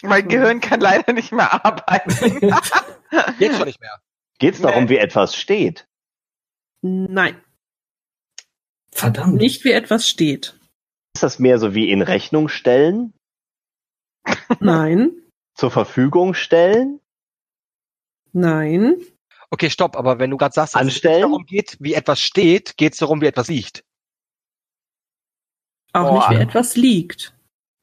Mein Gehirn kann leider nicht mehr arbeiten.
Jetzt schon nicht mehr.
Geht es darum, wie etwas steht?
Nein.
Verdammt.
Nicht wie etwas steht.
Ist das mehr so wie in Rechnung stellen?
Nein.
Zur Verfügung stellen?
Nein.
Okay, stopp, aber wenn du gerade sagst, dass es
Anstellen?
nicht darum geht, wie etwas steht, geht es darum, wie etwas liegt.
Auch
Boah.
nicht wie etwas liegt.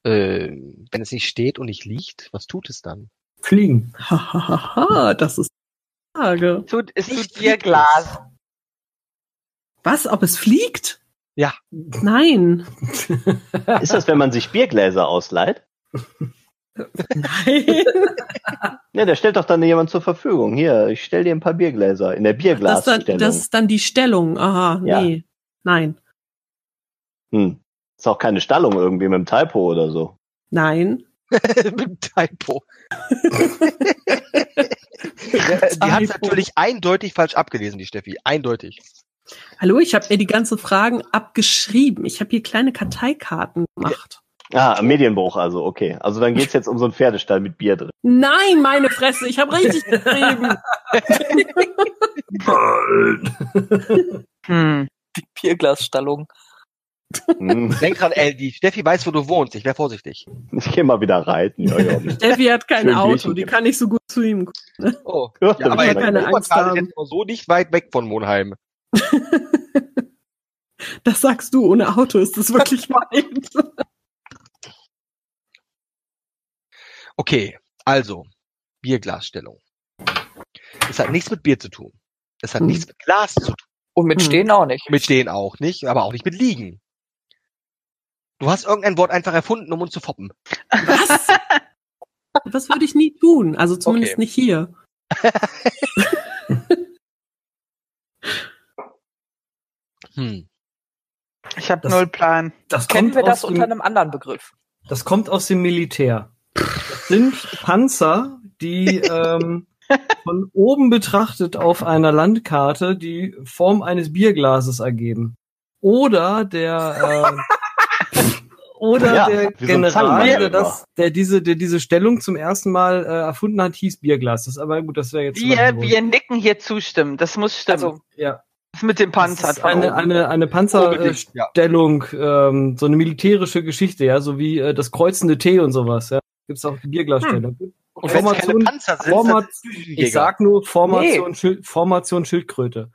Äh, wenn es nicht steht und nicht liegt, was tut es dann?
Fliegen.
Hahaha, das ist die Frage.
Es tut, es
Nicht
tut Bierglas.
Was, ob es fliegt?
Ja.
Nein.
Ist das, wenn man sich Biergläser ausleiht?
Nein.
Ja, der stellt doch dann jemand zur Verfügung. Hier, ich stell dir ein paar Biergläser in der
Das ist, dann,
Bierglasstellung.
das ist dann die Stellung. Aha,
Ja.
nee. Nein.
hm. ist auch keine Stallung irgendwie mit dem Typo oder so.
Nein.
Mit Typo. die hat natürlich eindeutig falsch abgelesen, die Steffi. Eindeutig.
Hallo, ich habe mir die ganzen Fragen abgeschrieben. Ich habe hier kleine Karteikarten gemacht.
Ah, Medienbruch, also okay. Also dann geht's jetzt um so einen Pferdestall mit Bier drin.
Nein, meine Fresse, ich habe richtig geschrieben.
Hm.
Die Bierglasstallung.
Hm.
Denk dran, El, die Steffi weiß, wo du wohnst. Ich wäre vorsichtig.
Ich gehe mal wieder reiten. Ja, ja.
Steffi hat kein
Schön
Auto,
Bierchen
die
gibt's.
kann nicht so gut zu ihm. gucken.
Oh.
Ja,
Ja, aber
ich
El,
hab keine
Wuppertal
Angst haben.
ist jetzt auch so nicht weit weg von Monheim.
Das sagst du, ohne Auto ist das wirklich weit.
Okay, also, Bierglasstellung. Es hat nichts mit Bier zu tun. Es hat
Hm.
nichts mit Glas zu tun.
Und mit
Hm.
Stehen auch nicht.
Mit Stehen auch nicht, aber auch nicht mit Liegen. Du hast irgendein Wort einfach erfunden, um uns zu foppen.
Was? Was würde ich nie tun? Also zumindest
Okay.
nicht hier.
Hm.
Ich habe
Das-
null Plan.
Das
Kennen
kommt
wir das
aus dem-
unter einem anderen Begriff?
Das kommt aus dem Militär. Das sind Panzer, die ähm, von oben betrachtet auf einer Landkarte die Form eines Bierglases ergeben. Oder der äh, oder
Ja,
der
wie so ein
General,
Zangenmanöver.
der, das, der diese der diese Stellung zum ersten Mal äh, erfunden hat, hieß Bierglas. Das ist aber gut, das wäre jetzt zu weit
Wir,
geholt.
wir nicken hier zustimmen. Das muss stimmen.
Also,
ja.
das mit dem
Das
Panzer.
ist eine eine eine Panzer äh,
Unbedingt, ja.
Stellung, ähm, so eine militärische Geschichte, ja, so wie äh, das kreuzende T und sowas, ja. Gibt's auch die Bierglasstellung.
Und wenn es keine
Formation-
Panzer sind,
Format-
dann sind es
Ich
Düsenjäger.
sag nur Formation, Schild, Formation Schildkröte.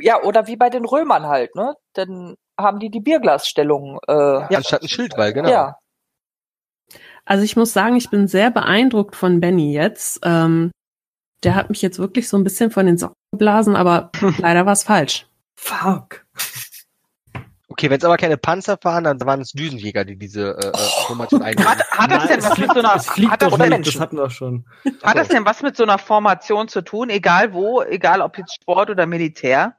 ja, oder wie bei den Römern halt, ne? Dann haben die die Bierglasstellung. Äh, ja.
Anstatt ein Schildball, genau.
Also ich muss sagen, ich bin sehr beeindruckt von Benny jetzt. Ähm, der hat mich jetzt wirklich so ein bisschen von den Socken geblasen, aber leider war es falsch.
Fuck.
Okay, wenn es aber keine Panzer waren, dann waren es Düsenjäger, die diese äh, äh, Formation eingenommen
hat, hat das
Nein,
denn
es
was mit
fliegt-
so einer
es fliegt
hat das
doch
denn-
nicht, das hatten wir schon.
Hat das denn was mit so einer Formation zu tun, egal wo, egal ob jetzt Sport oder Militär?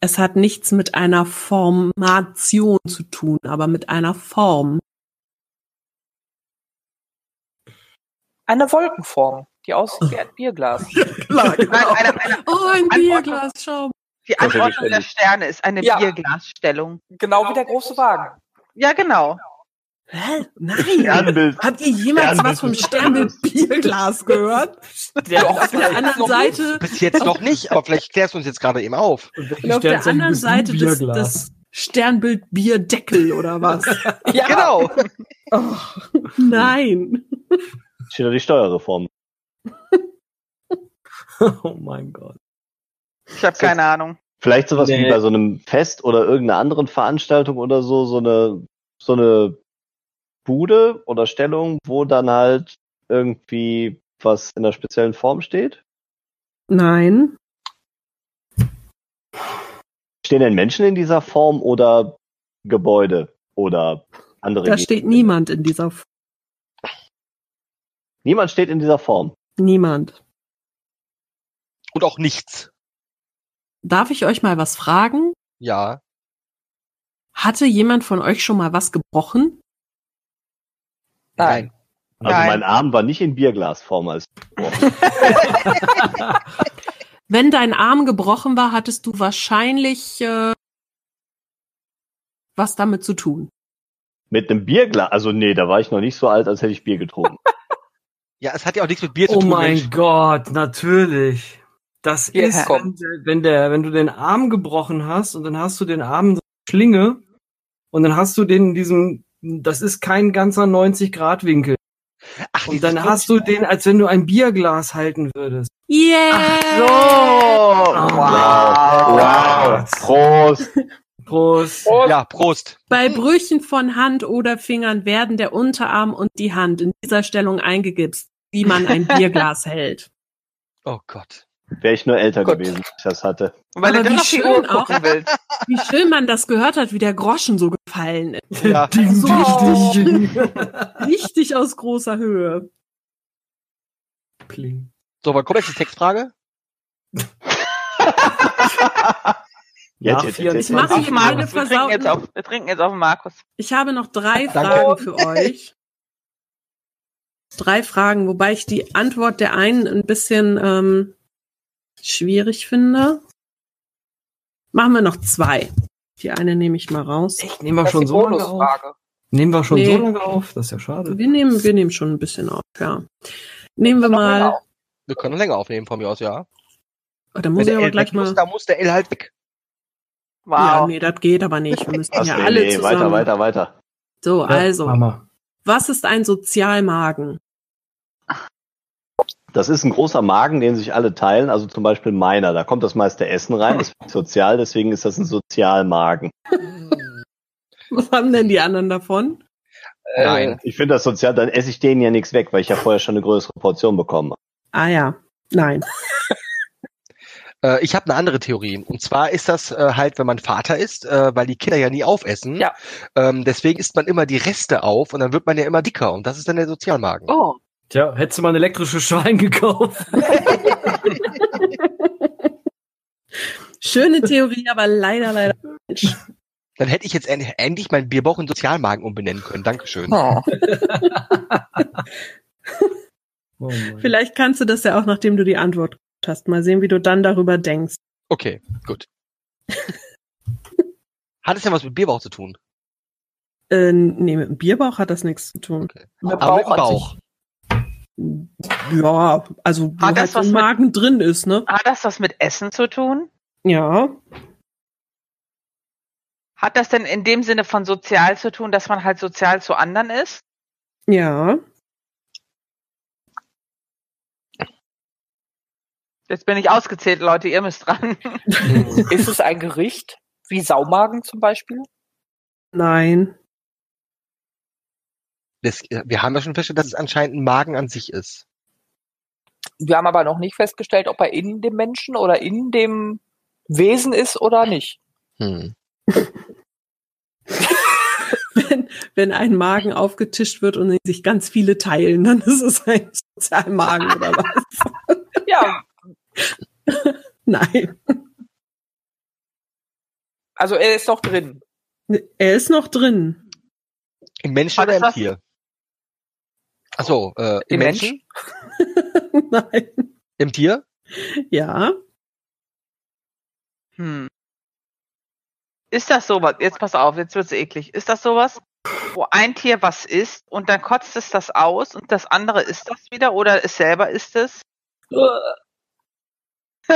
Es hat nichts mit einer Formation zu tun, aber mit einer Form.
Eine Wolkenform, die aussieht wie ein Bierglas.
Nein, eine, eine,
Oh, ein
Antwort-
Bierglas, schau.
die
Gott,
Anordnung der
verständlich.
Sterne ist eine
Ja.
Bierglasstellung.
Genau wie der große Wagen.
Ja, genau.
Hä? Nein.
Sternbild.
Hat ihr jemals
Sternbild.
was vom Stern mit Bierglas gehört?
Der
Auf der anderen Seite,
Bis jetzt noch nicht, aber vielleicht klärst du uns jetzt gerade eben auf.
und auf der anderen Seite des, des Sternbild Bierdeckel oder was?
Ja,
Genau.
Nein.
Steht da die Steuerreform.
Oh mein Gott.
Ich habe keine Ahnung.
Vielleicht sowas
Nee.
wie bei so einem Fest oder irgendeiner anderen Veranstaltung oder so, so eine, so eine Bude oder Stellung, wo dann halt irgendwie was in einer speziellen Form steht.
Nein.
Stehen denn Menschen in dieser Form oder Gebäude oder andere?
Da
Geg-
steht niemand in dieser F
Niemand steht in dieser Form.
Niemand.
Und auch nichts.
Darf ich euch mal was fragen?
Ja.
Hatte jemand von euch schon mal was gebrochen?
Nein.
Also
Nein.
mein Arm war nicht in Bierglasform als
Wenn dein Arm gebrochen war, hattest du wahrscheinlich äh, was damit zu tun.
mit einem Bierglas. Also nee, da war ich noch nicht so alt, als hätte ich Bier getrunken.
Ja, es hat ja auch nichts mit Bier zu
Oh
tun.
mein
Mensch.
Gott, natürlich. Das
Hier,
ist,
komm.
wenn, der- wenn, der, wenn du den Arm gebrochen hast und dann hast du den Arm in so einer Schlinge und dann hast du den in diesem, das ist kein ganzer 90-Grad-Winkel.
Ach,
Und dann hast du den, als wenn du ein Bierglas halten würdest.
Yeah! Oh,
Wow. Prost.
Prost.
Und
Ja, Prost.
Bei Brüchen von Hand oder Fingern werden der Unterarm und die Hand in dieser Stellung eingegipst, wie man ein Bierglas hält.
Oh Gott.
Wäre ich nur älter
Gott.
gewesen, als ich das hatte.
Und Weil
Aber
du dann
wie
noch die
schön
Uhr
auch.
gucken willst.
Wie schön man das gehört hat, wie der Groschen so gefallen ist.
Ja.
Ding,
So.
ding, ding.
Richtig aus großer Höhe.
Pling.
So, wann kommt jetzt die Textfrage?
Nach
Jetzt, jetzt, jetzt,
24.
jetzt.
Ich mache
Auf
hier meine
Markus. Wir trinken, jetzt
versauten.
auf, wir trinken jetzt auf den Markus.
Ich habe noch drei
Danke.
Fragen für euch. Drei Fragen, wobei ich die Antwort der einen ein bisschen ähm, schwierig finde. Machen wir noch zwei. Die eine nehme ich mal raus.
Nehmen wir
Das ist
schon
die
so lange auf.
Bonusfrage.
Nehmen wir schon
Nee.
so lange auf, das ist ja schade.
Also Wir nehmen, wir nehmen schon ein bisschen auf, ja. Nehmen wir
Noch länger
mal,
auf.
Wir können länger aufnehmen von mir aus, ja.
oh, da muss ich
Also der
aber
L
gleich
weg
mal,
muss, da muss der L halt weg.
Wow.
ja, nee, das geht aber nicht. Wir müssen
Das,
ja
nee,
alle
nee,
zusammen.
weiter, weiter, weiter.
So, also,
Ja, Mama.
was ist ein Sozialmagen?
Das ist ein großer Magen, den sich alle teilen, also zum Beispiel meiner. Da kommt das meiste Essen rein, das ist sozial, deswegen ist das ein Sozialmagen.
Äh,
Was haben denn die anderen davon?
Nein.
Ich finde das sozial, dann esse ich denen ja nichts weg, weil ich ja vorher schon eine größere Portion bekommen habe.
Ah ja, nein.
Äh, ich habe eine andere Theorie. Und zwar ist das äh, halt, wenn man Vater ist, äh, weil die Kinder ja nie aufessen.
Ja.
Ähm, deswegen isst man immer die Reste auf und dann wird man ja immer dicker. Und das ist dann der Sozialmagen.
Oh,
Tja, hättest du mal ein elektrisches Schwein gekauft.
Schöne Theorie, aber leider, leider falsch.
Dann hätte ich jetzt en- endlich meinen Bierbauch in Sozialmagen umbenennen können. Dankeschön.
oh.
Oh Mann.
Vielleicht kannst du das ja auch, nachdem du die Antwort gehabt hast, mal sehen, wie du dann darüber denkst.
Okay, gut. Hat es denn was mit Bierbauch zu tun?
Äh, nee, mit dem Bierbauch hat das nichts zu tun.
Der
Aber mit dem
an
Bauch.
Ja, also wo
Ah,
halt
das,
so ein
was mit-
Magen drin ist, ne?
Hat das was mit Essen zu tun?
Ja.
Hat das denn in dem Sinne von sozial zu tun, dass man halt sozial zu anderen ist?
Ja.
Jetzt bin ich ausgezählt, Leute, ihr müsst dran.
sich. Ist es ein Gericht? Wie Saumagen zum Beispiel?
Nein.
Das, äh, wir haben ja schon festgestellt, dass es anscheinend ein Magen an sich ist.
Wir haben aber noch nicht festgestellt, ob er in dem Menschen oder in dem Wesen ist oder nicht.
Hm.
Wenn, wenn ein Magen aufgetischt wird und sich ganz viele teilen, dann ist es ein Sozialmagen oder was?
Ja,
Nein.
also er ist noch drin.
Er ist noch drin.
Im Menschen
Hat
oder
das
im
was-
Tier? Achso, äh, im
Im
Menschen?
Menschen?
Nein.
Im Tier?
Ja.
Hm. Ist das sowas? Jetzt pass auf, jetzt wird's eklig. Ist das sowas, wo ein Tier was isst und dann kotzt es das aus und das andere isst das wieder oder es selber isst es?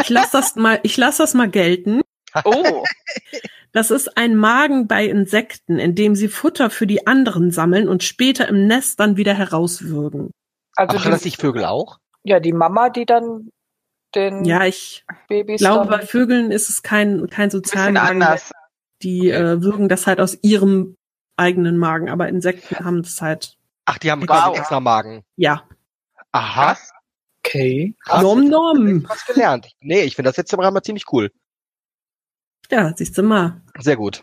Ich lasse das mal, ich lasse das mal gelten.
Oh,
Das ist ein Magen bei Insekten, in dem sie Futter für die anderen sammeln und später im Nest dann wieder herauswürgen.
Also
Also Machen das
die,
nicht Vögel auch?
ja, die Mama, die dann den
Ja, ich
Babys
glaube, bei
dann,
Vögeln ist es kein, kein
bisschen
Sozialmagen.
anders.
Die äh, würgen das halt aus ihrem eigenen Magen, aber Insekten haben das halt,
Ach, die haben
Wow.
quasi einen extra Magen.
ja.
Aha.
Was?
okay.
krass.
Nom
Jetzt
nom.
hab ich Was gelernt. Ich- Nee, ich finde das jetzt im Rahmen ziemlich cool.
Ja, siehst du mal.
Sehr gut.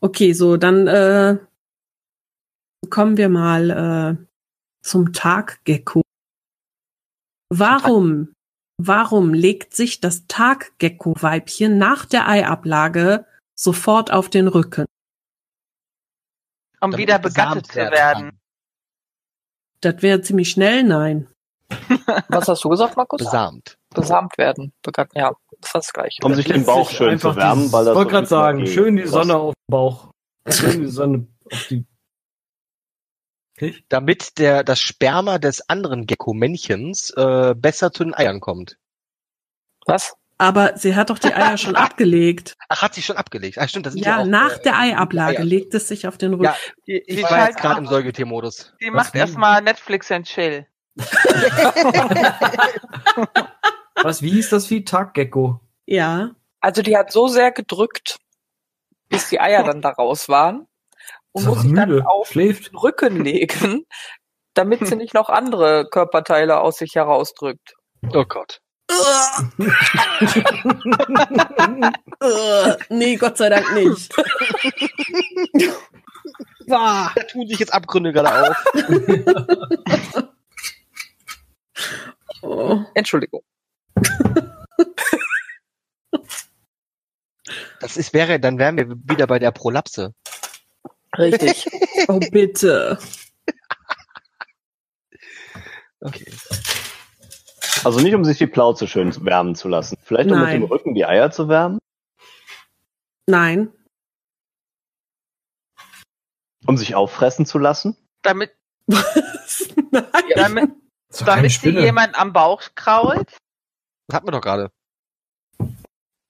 Okay, so, dann äh, kommen wir mal äh, zum Taggecko. Warum, warum legt sich das Taggecko-Weibchen nach der Eiablage sofort auf den Rücken?
Um
Damit
wieder
ich besamt
begattet zu werden.
kann.
Das wäre ziemlich schnell, nein.
Was hast du gesagt, Markus?
Besamt.
Besamt werden. Begatten, ja, das ist das gleiche.
Um sich den Bauch
Sich
schön
einfach
zu wärmen,
dieses-
weil das.
wollte gerade
so ein
sagen,
bisschen
schön die
was-
Sonne auf den Bauch. Schön die Sonne auf die. Okay.
Damit der, das Sperma des anderen Gecko-Männchens äh, besser zu den Eiern kommt.
Was?
Aber sie hat doch die Eier schon abgelegt.
Ach, hat sie schon abgelegt. Ah, stimmt, das sind
Ja,
ja auch,
nach
äh,
der Eiablage
Eier.
legt es sich auf den Rücken.
Ja,
Die, die,
Ich
ist
war
halt,
jetzt gerade im Säugetiermodus.
die
Was
macht
denn?
erstmal Netflix and Chill.
Was, wie hieß das Vieh? Taggecko.
Ja,
Also die hat so sehr gedrückt, bis die Eier dann da raus waren und
Ist aber
muss sich dann auf
Schläft.
den Rücken legen, damit sie nicht noch andere Körperteile aus sich herausdrückt.
Oh Gott.
Äh, nee, Gott sei Dank nicht. Bah.
Da tun sich jetzt Abgründe gerade auf.
Oh.
Entschuldigung.
Das ist, wäre, dann wären wir wieder bei der Prolapse.
Richtig.
oh, bitte.
Okay.
Also nicht, um sich die Plauze schön zu wärmen zu lassen. Vielleicht, um
Nein.
mit dem Rücken die Eier zu wärmen.
Nein.
Um sich auffressen zu lassen?
Damit,
Was? Nein.
damit,
Das ist doch keine
damit sie
Spinne.
jemand am Bauch krault.
Das hatten wir doch gerade.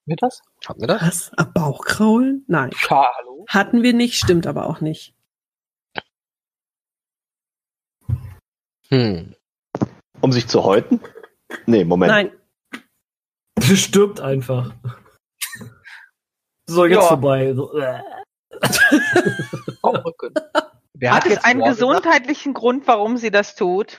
Wird das?
Hatten wir das?
Was? Am Bauch kraulen? Nein.
Ja, hallo.
Hatten wir nicht, stimmt aber auch nicht.
Hm.
Um sich zu häuten? Nee, Moment.
Nein.
Die stirbt einfach. So, jetzt
Ja.
vorbei. So, äh.
Oh, Rücken.
Wer
Hat es
jetzt
einen
Ohr
gesundheitlichen Grund, warum sie das tut?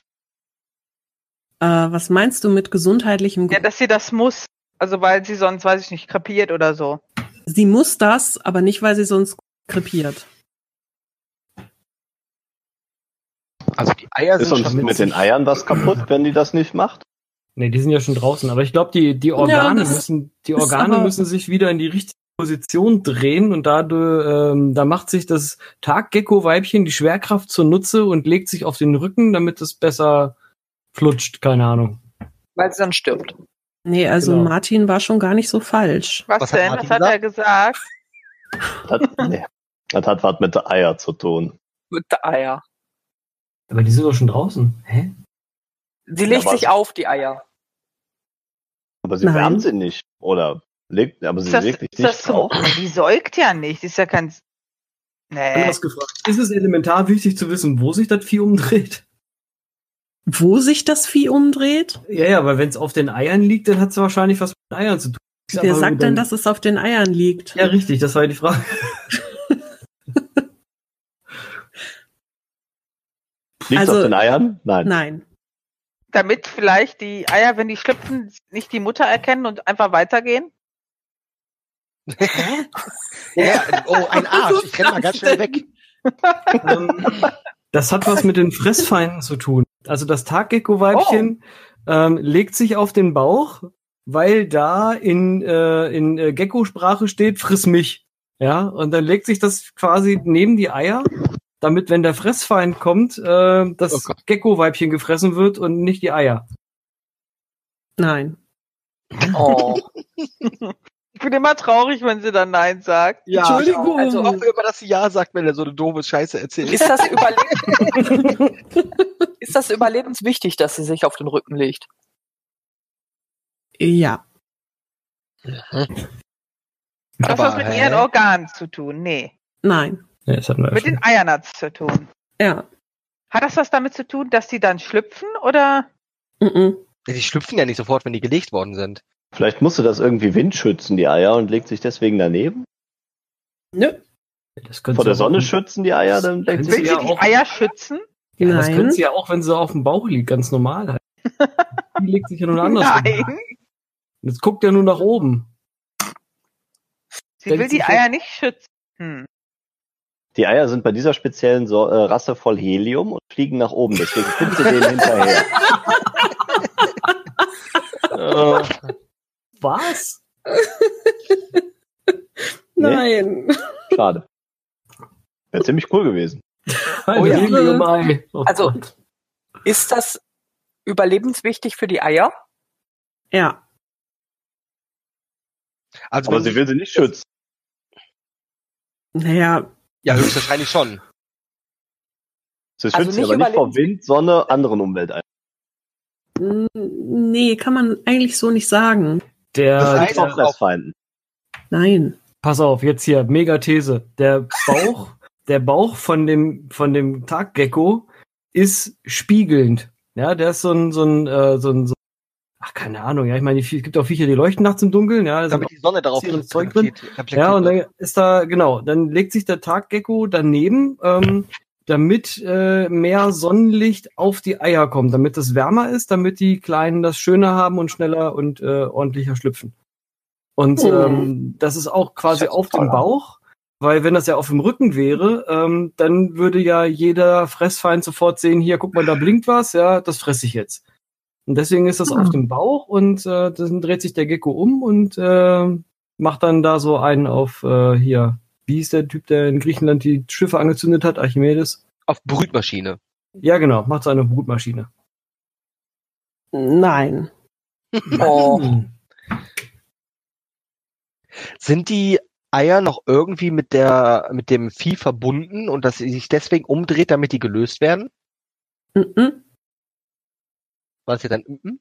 Äh, was meinst du mit gesundheitlichem
Ja,
Grund?
dass sie das muss. Also weil sie sonst, weiß ich nicht, krepiert oder so.
Sie muss das, aber nicht, weil sie sonst krepiert.
gesagt? Also die Eier
Ist
sind
uns
schon
mit den Eiern was kaputt, wenn die das nicht macht?
Nee, die sind ja schon draußen, aber ich glaube, die, die Organe,
das
müssen, die
ist
Organe
aber-
müssen sich wieder in die richtige Position drehen und dadurch, ähm, da macht sich das Taggecko-Weibchen die Schwerkraft zunutze und legt sich auf den Rücken, damit es besser flutscht, keine Ahnung.
Weil sie dann stirbt.
Nee, also
Genau.
Martin war schon gar nicht so falsch.
Was,
Was hat
denn?
Martin
Was hat er gesagt?
Das, nee. das hat was mit der Eier zu tun.
Mit der Eier.
Aber die sind doch schon draußen. Hä?
Sie legt
aber-
sich auf die Eier.
Aber sie
Nein.
wärmt sie nicht. Oder legt, aber sie
Ist das,
legt sich
ist das
nicht
so?
drauf.
Die säugt ja nicht. Ist ja kein.
Äh.
Nee.
Anders gefragt. Ist es elementar wichtig zu wissen, wo sich das Vieh umdreht?
Wo sich das Vieh umdreht?
Ja, ja, weil wenn es auf den Eiern liegt, dann hat es wahrscheinlich was mit den Eiern zu tun. Ist
Wer
aber
sagt
dann-
denn, dass es auf den Eiern liegt?
Ja, richtig, das war die Frage.
Liegt
Also-
auf den Eiern? Nein.
Nein.
Damit vielleicht die Eier, wenn die schlüpfen, nicht die Mutter erkennen und einfach weitergehen?
Ja, oh, ein Arsch. Ich renne mal ganz schnell weg.
ähm, das hat was mit den Fressfeinden zu tun. Also das Taggecko-Weibchen ähm, legt sich auf den Bauch, weil da in, äh, in äh, Gecko-Sprache steht, friss mich. Ja, und dann legt sich das quasi neben die Eier, damit, wenn der Fressfeind kommt, äh,
Oh
das
Gott.
Gecko-Weibchen gefressen wird und nicht die Eier.
Nein.
Oh.
Ich bin immer traurig, wenn sie dann Nein sagt.
Ja,
Entschuldigung.
Also auch wenn man das Ja sagt, wenn er so eine doofe Scheiße erzählt.
Ist das, überle ist das überlebenswichtig, dass sie sich auf den Rücken legt?
Ja.
Was hat das mit ihren Organen zu tun? Nee.
Nein.
Ja, das hatten wir ja
Mit den
schon.
Eiern hat's zu tun.
Ja.
Hat das was damit zu tun, dass sie dann schlüpfen oder?
Mhm.
Die schlüpfen ja nicht sofort, wenn die gelegt worden sind.
Vielleicht musste das irgendwie windschützen, die Eier, und legt sich deswegen daneben.
Nö.
Das könnte
Vor der
sie auch-
Sonne schützen die Eier, dann legt
Könnte
sie
Will
Ja,
sie die
auch-
Eier schützen?
Ja, das
Nein.
könnte sie ja auch, wenn sie auf dem Bauch liegt, ganz normal. Halt. Die legt sich ja nun anders.
Nein.
Jetzt guckt ja nur nach oben.
Sie
Wenn
will
sie
die
schützen.
Eier nicht schützen. Hm.
Die Eier sind bei dieser speziellen so äh, Rasse voll Helium und fliegen nach oben. Deswegen sind sie denen hinterher.
Was?
Nein.
Schade. Wäre ziemlich cool gewesen.
Ein
Oh ja.
Helium-Ei. Oh
Also-
Gott.
Ist das überlebenswichtig für die Eier?
Ja.
Also
Aber
wenn-
sie will sie nicht schützen.
Naja,
ja höchstwahrscheinlich schon.
Sie schützt
Also
sie
nicht
aber nicht vor
überleben.
Wind, Sonne, anderen Umwelteinflüssen.
n- nee, kann man eigentlich so nicht sagen.
Das
Der,
heißt-
Nicht vor Fressfeinden.
Nein.
pass auf, jetzt hier, Megathese. Der Bauch, der Bauch von dem, von dem Taggecko ist spiegelnd. Ja, der ist so ein, so ein, äh, so ein, so Ach, keine Ahnung, ja, ich meine, die Vie- es gibt auch Viecher, die leuchten nachts im Dunkeln, ja, also,
Damit die Sonne darauf
Ist ihres Zeug drin?
reflektiert- reflektiert
ja, und
wird.
dann ist da, genau, dann legt sich der Taggecko daneben, ähm, damit äh, mehr Sonnenlicht auf die Eier kommt, damit es wärmer ist, damit die Kleinen das schöner haben und schneller und äh, ordentlicher schlüpfen. Und
Oh.
Mhm.
ähm, das ist auch quasi
Schätzt
auf
voll
dem
an.
Bauch, weil wenn das ja auf dem Rücken wäre, ähm, dann würde ja jeder Fressfeind sofort sehen, hier, guck mal, da blinkt was, ja, das fresse ich jetzt. Und deswegen ist das
Mhm.
Ah.
auf dem Bauch und äh, dann dreht sich der Gecko um und äh, macht dann da so einen auf äh, hier. Wie ist der Typ, der in Griechenland die Schiffe angezündet hat? Archimedes?
Auf Brütmaschine.
Ja, genau, macht so eine Brutmaschine.
Nein.
Oh.
Hm.
Sind die Eier noch irgendwie mit der, mit dem Vieh verbunden und dass sie sich deswegen umdreht, damit die gelöst werden?
Mhm.
War das ja dann, mhm.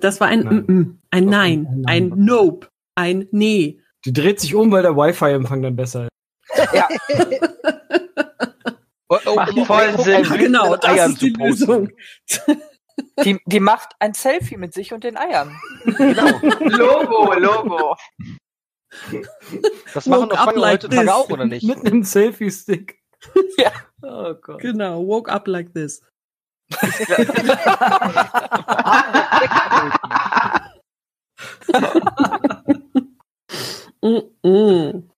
Das war ein
Nein.
Mhm. ein
Das war
Nein,
ein
ein
Nein.
Nope, ein Nee.
Die dreht sich um, weil der Wi-Fi-Empfang dann besser ist.
Oh, oh,
Macht
um-
voll
um-
Sinn.
um-
Genau, das
Eiern
ist die
zu posten.
Lösung.
Die, die macht ein Selfie mit sich und den Eiern.
Genau.
Logo, Logo.
Das machen
Woke
doch
up
Fangen
like
heutzutage
this.
auch, oder nicht?
Mit einem Selfie-Stick.
Ja.
Oh Gott.
Genau, woke up like this. Mhm.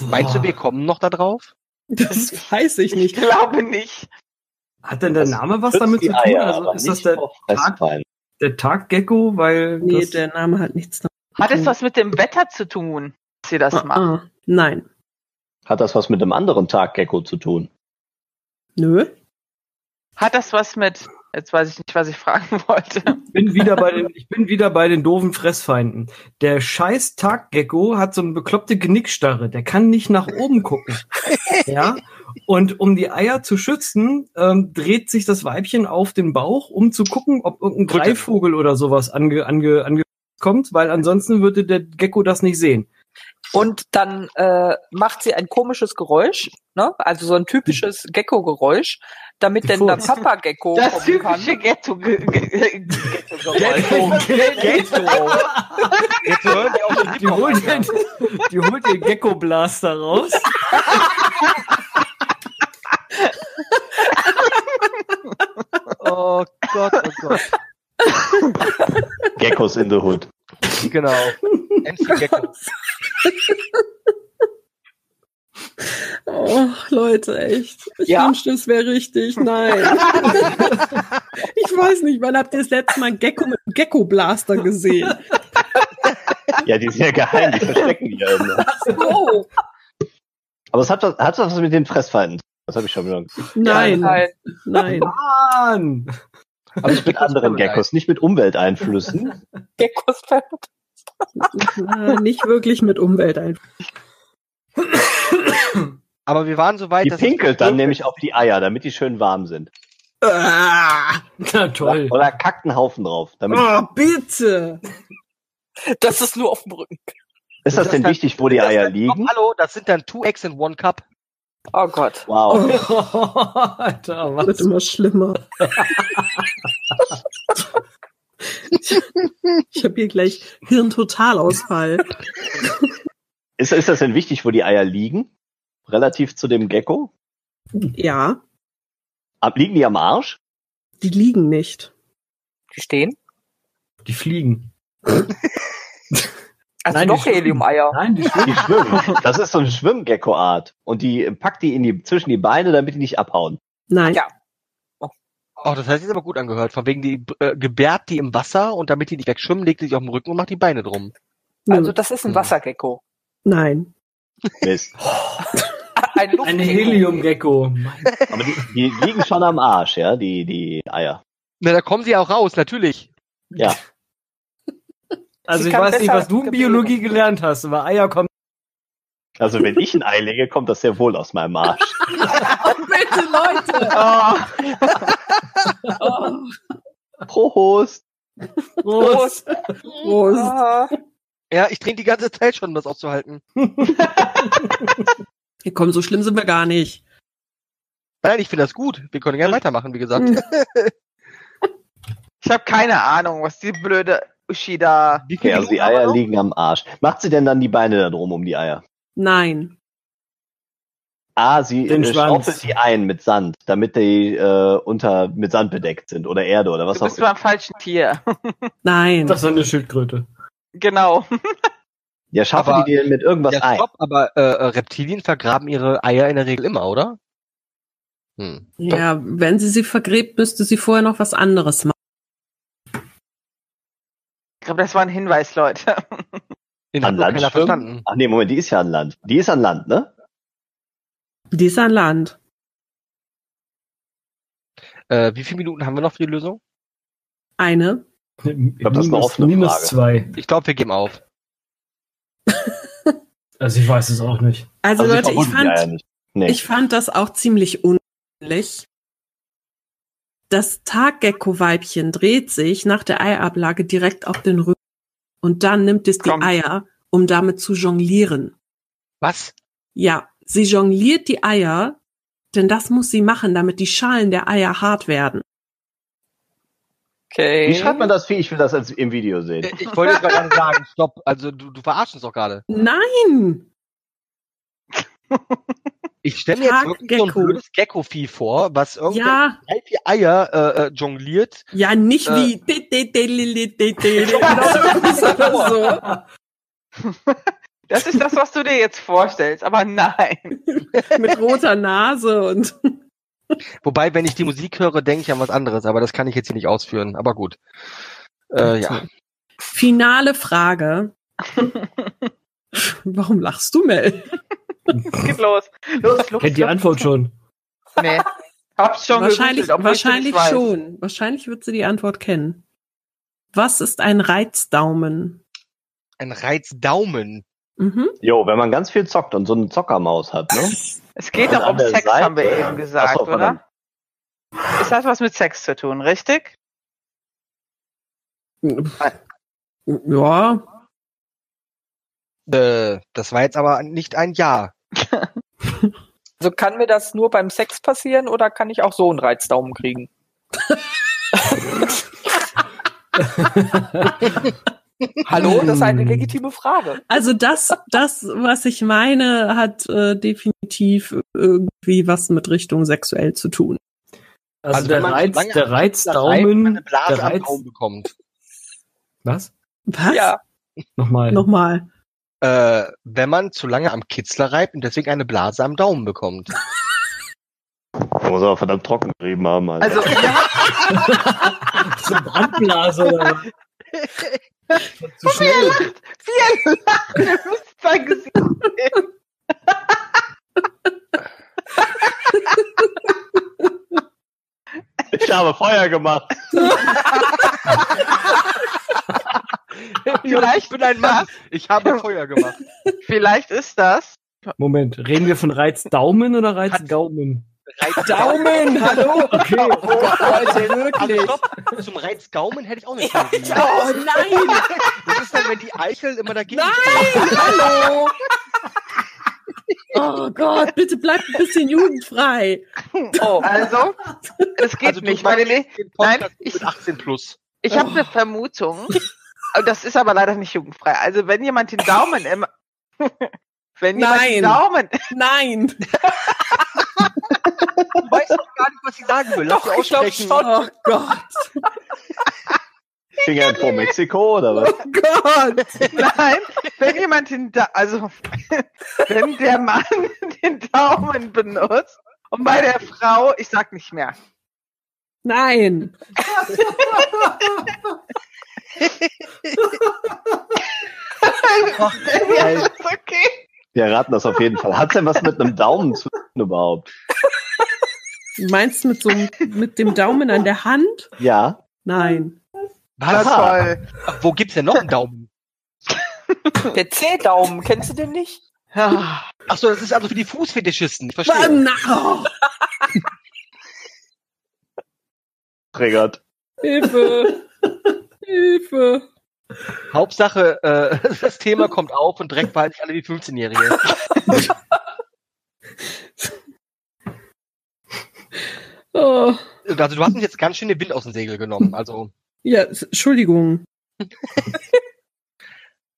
Meinst du, wir kommen noch da drauf?
Das weiß ich
Ich
nicht.
glaube nicht.
Hat denn der
Das
Name was damit zu
die
tun?
Eier,
also
aber
ist das
nicht
der,
auf Fressfeind.
der Taggecko? Weil
Nee,
das,
der Name hat nichts damit
Hat es was mit dem Wetter zu tun, dass sie das
zu tun.
macht?
Ah, ah. Nein.
Hat das was mit einem anderen Taggecko zu tun?
Nö.
Hat das was mit. Jetzt weiß ich nicht, was ich fragen wollte.
bin wieder bei den, ich bin wieder bei den doofen Fressfeinden. Der scheiß Taggecko hat so eine bekloppte Genickstarre. Der kann nicht nach oben gucken. ja. Und um die Eier zu schützen, ähm, dreht sich das Weibchen auf den Bauch, um zu gucken, ob irgendein
Brücke.
Greifvogel oder sowas ange, ange, ange kommt, weil ansonsten würde der Gecko das nicht sehen.
Und dann äh, macht sie ein komisches Geräusch, ne? also so ein typisches Gecko-Geräusch, damit denn der
Furz.
Papa-Gecko
Das
kommen kann.
typische Ghetto. ge- ge- Ghetto-Geräusch.
Ghetto. Jetzt hören die auch schon
Die holt den, die holt den Gecko-Blaster raus.
Oh Gott, oh Gott.
Geckos in the Hood.
Genau. MC Gecko.
Oh, Leute, echt. Ich
Ja.
wünschte, es wäre richtig. Nein. ich weiß nicht, wann habt ihr das letzte Mal Gecko mit einem Gecko-Blaster gesehen?
Ja, die sind ja geheim, die verstecken die ja immer.
Oh,
Aber es hat was, hat was mit den Fressfeinden. zu tun. Das habe ich schon wieder gesagt.
Nein,
nein.
nein.
Mann!
Aber nicht mit anderen Geckos, nicht mit Umwelteinflüssen.
Geckos
Na, Äh, nicht wirklich mit Umwelt einfach.
Aber wir waren so weit,
Die
dass-
pinkelt dann nämlich auf die Eier, damit die schön warm sind.
Na toll.
Oder kackt einen Haufen drauf. Damit,
Oh, bitte.
Das ist nur auf dem Rücken.
ist das denn wichtig, wo die
Das
Eier
sind- Oh,
liegen?
hallo, das sind dann two eggs in one cup.
Oh Gott.
Wow.
Alter, was?
Wird immer schlimmer. Ich habe hier gleich Hirntotalausfall.
Ist, ist das denn wichtig, wo die Eier liegen? Relativ zu dem Gecko?
Ja,
Ab, liegen die am Arsch?
die liegen nicht.
Die stehen.
Die fliegen.
Also
Nein, die
noch
schwimmen.
Helium-Eier.
Nein, die schwimmen.
Die schwimmen. Das ist so eine Schwimmgecko-Art. Und die packt die, in die zwischen die Beine, damit die nicht abhauen.
Nein.
Ja.
Oh, das heißt, ist aber gut angehört. Von wegen, die äh, gebärt die im Wasser und damit die nicht wegschwimmen, legt die sich auf den Rücken und macht die Beine drum.
nö,
Also das ist ein
Mhm.
Wassergecko.
Nein.
Mist.
Ein Luft
Eine Helium-Gecko. Mein
Aber die, die liegen schon am Arsch, ja, die, die Eier.
Na, da kommen sie auch raus, natürlich.
Ja.
Also ich
kann
weiß nicht,
besser
was du in
gebären.
Biologie gelernt hast, aber Eier kommen.
Also wenn ich ein Ei lege, kommt das sehr wohl aus meinem Arsch.
Bitte, Leute.
Oh,
Oh.
Prost!
Groß.
Prost.
Ah,
Ja, ich trinke die ganze Zeit schon, um das aufzuhalten.
Hey, komm, so schlimm sind wir gar nicht.
Nein, ich finde das gut. Wir können gerne weitermachen, wie gesagt.
ich habe keine Ahnung, was die blöde Uschi da.
Wie viele
Genau,
Ja, also die
Minuten haben wir
Eier
noch?
liegen am Arsch. Macht sie denn dann die Beine da drum um die Eier?
Nein.
Ah, sie
Den
äh,
Schwanz.
schaufelt die ein mit Sand, damit die äh, unter mit Sand bedeckt sind oder Erde oder was
Du
auch
bist
immer.
beim falschen Tier.
Nein.
Das ist eine Schildkröte.
Genau.
Ja, schaffen
Aber-
die die denn mit irgendwas
Ja,
ein?
stopp, aber äh, äh, Reptilien vergraben ihre Eier in der Regel immer, oder? Hm.
ja, wenn sie sie vergräbt, müsste sie vorher noch was anderes machen.
Ich glaube, das war ein Hinweis, Leute.
Den
An
hat noch
Land
keiner
schwimmen?
verstanden.
Ach nee, Moment, die ist ja an Land. Die ist an Land, ne?
Die ist an Land.
Äh, wie viele Minuten haben wir noch für die Lösung?
Eine.
glaub, das ist eine
minus,
offene
minus
Frage.
zwei.
Ich glaube, wir geben auf.
Also ich weiß es auch nicht.
Also,
sie
Leute, ich
vermuten die Eier
fand,
nicht. Nee.
ich fand das auch ziemlich unähnlich. Das Taggecko-Weibchen dreht sich nach der Eiablage direkt auf den Rücken und dann nimmt es die
Komm.
Eier, um damit zu jonglieren.
Was?
Ja, sie jongliert die Eier, denn das muss sie machen, damit die Schalen der Eier hart werden.
Okay.
Wie schreibt man das Vieh? Ich will das als, im Video
Äh.
sehen.
Äh, Ich wollte jetzt gerade sagen, stopp. Also du, du verarschst uns doch gerade.
Nein!
Ich stelle mir jetzt wirklich so ein
Taggecko.
blödes Gecko-Vieh vor, was irgendwie
Ja,
drei, vier Eier äh, äh, jongliert.
ja, nicht
Äh.
wie di- di- di- li- li- di- di- di- oder
Das ist das, was du dir jetzt vorstellst, aber nein.
so, mit roter Nase und
Wobei, wenn ich die Musik höre, denke ich an was anderes, aber das kann ich jetzt hier nicht ausführen. Aber gut. Äh, ja.
finale Frage. Warum lachst du, Mel?
Es geht los. Los, los.
Kennt die Antwort schon.
Nee. Hab's schon
Wahrscheinlich,
gegoogelt, obwohl ich's
wahrscheinlich
nicht weiß.
schon. Wahrscheinlich wird sie die Antwort kennen. Was ist ein Reizdaumen?
Ein Reizdaumen.
Mhm.
Jo, wenn man ganz viel zockt und so eine Zockermaus hat, ne?
Es geht doch
An
um
der
Sex,
Seite.
haben wir eben gesagt,
Ach so, verdammt.
oder? Es hat was mit Sex zu tun, richtig?
Ja,
Äh, das war jetzt aber nicht ein Ja.
Also kann mir das nur beim Sex passieren oder kann ich auch so einen Reizdaumen kriegen? Hallo, das ist eine
Hm.
legitime Frage.
also das, das, was ich meine, hat äh, definitiv irgendwie was mit Richtung sexuell zu tun.
Also,
Also wenn
der,
man
Reiz,
lange
der
eine
Reizdaumen.
Blase
der
am
Reiz-
Daumen bekommt.
Was?
Was?
Ja,
Nochmal.
Nochmal.
Äh, wenn man zu lange am Kitzler reibt und deswegen eine Blase am Daumen bekommt.
Da muss aber verdammt trocken gerieben haben. Alter.
Also,
So eine Brandblase oder was? Das war Zu schnell.
wir lachen, ihr müsst sein Gesicht sehen.
Also, ich habe Feuer gemacht.
Vielleicht
ich bin ein Mann. Ich habe Feuer gemacht.
Vielleicht ist das.
Moment, reden wir von Reizdaumen oder Reizgaumen?
Daumen, hallo.
Okay.
Oh Gott, Leute,
Also
wirklich.
stopp, zum Reizgaumen hätte ich auch nicht sagen können.
Oh nein,
Das ist dann, wenn die Eichel immer dagegen
Nein!
stehen.
hallo.
Oh Gott, bitte bleibt ein bisschen jugendfrei.
Oh,
Also, es geht
Also du
nicht. Meine, Le-
Den
nein,
Podcast
ich,
mit 18 plus.
ich habe eine Vermutung. Aber Das ist aber leider nicht jugendfrei. Also, wenn jemand den Daumen im. Wenn jemand den
Nein.
Daumen.
Nein.
Du weißt doch gar nicht, was ich sagen will. Lass
doch,
doch,
ich glaube
aussprechen.
Oh
schon.
Gott.
Finger pro Mexiko oder was?
Oh Gott.
Nein, wenn jemand den da also wenn der Mann den Daumen benutzt und bei der Frau, ich sag nicht mehr.
Nein.
Ja, ist okay.
Wir erraten das auf jeden Fall. Hat's denn was mit einem Daumen zu tun überhaupt?
Meinst du mit so einem- mit dem Daumen an der Hand?
Ja.
Nein.
Na
Was?
toll.
Wo gibt's denn noch einen Daumen?
Der C-Daumen, kennst du den nicht?
Ja.
Achso, das ist also für die Fußfetischisten. Ich verstehe.
Na, oh,
Triggert.
Hilfe. Hilfe.
Hauptsache, äh, das Thema kommt auf und direkt behalten sich alle wie 15-Jährige.
Oh.
Also du hast uns jetzt ganz schön den Wind aus dem Segel genommen. Also,
Ja, s- Entschuldigung.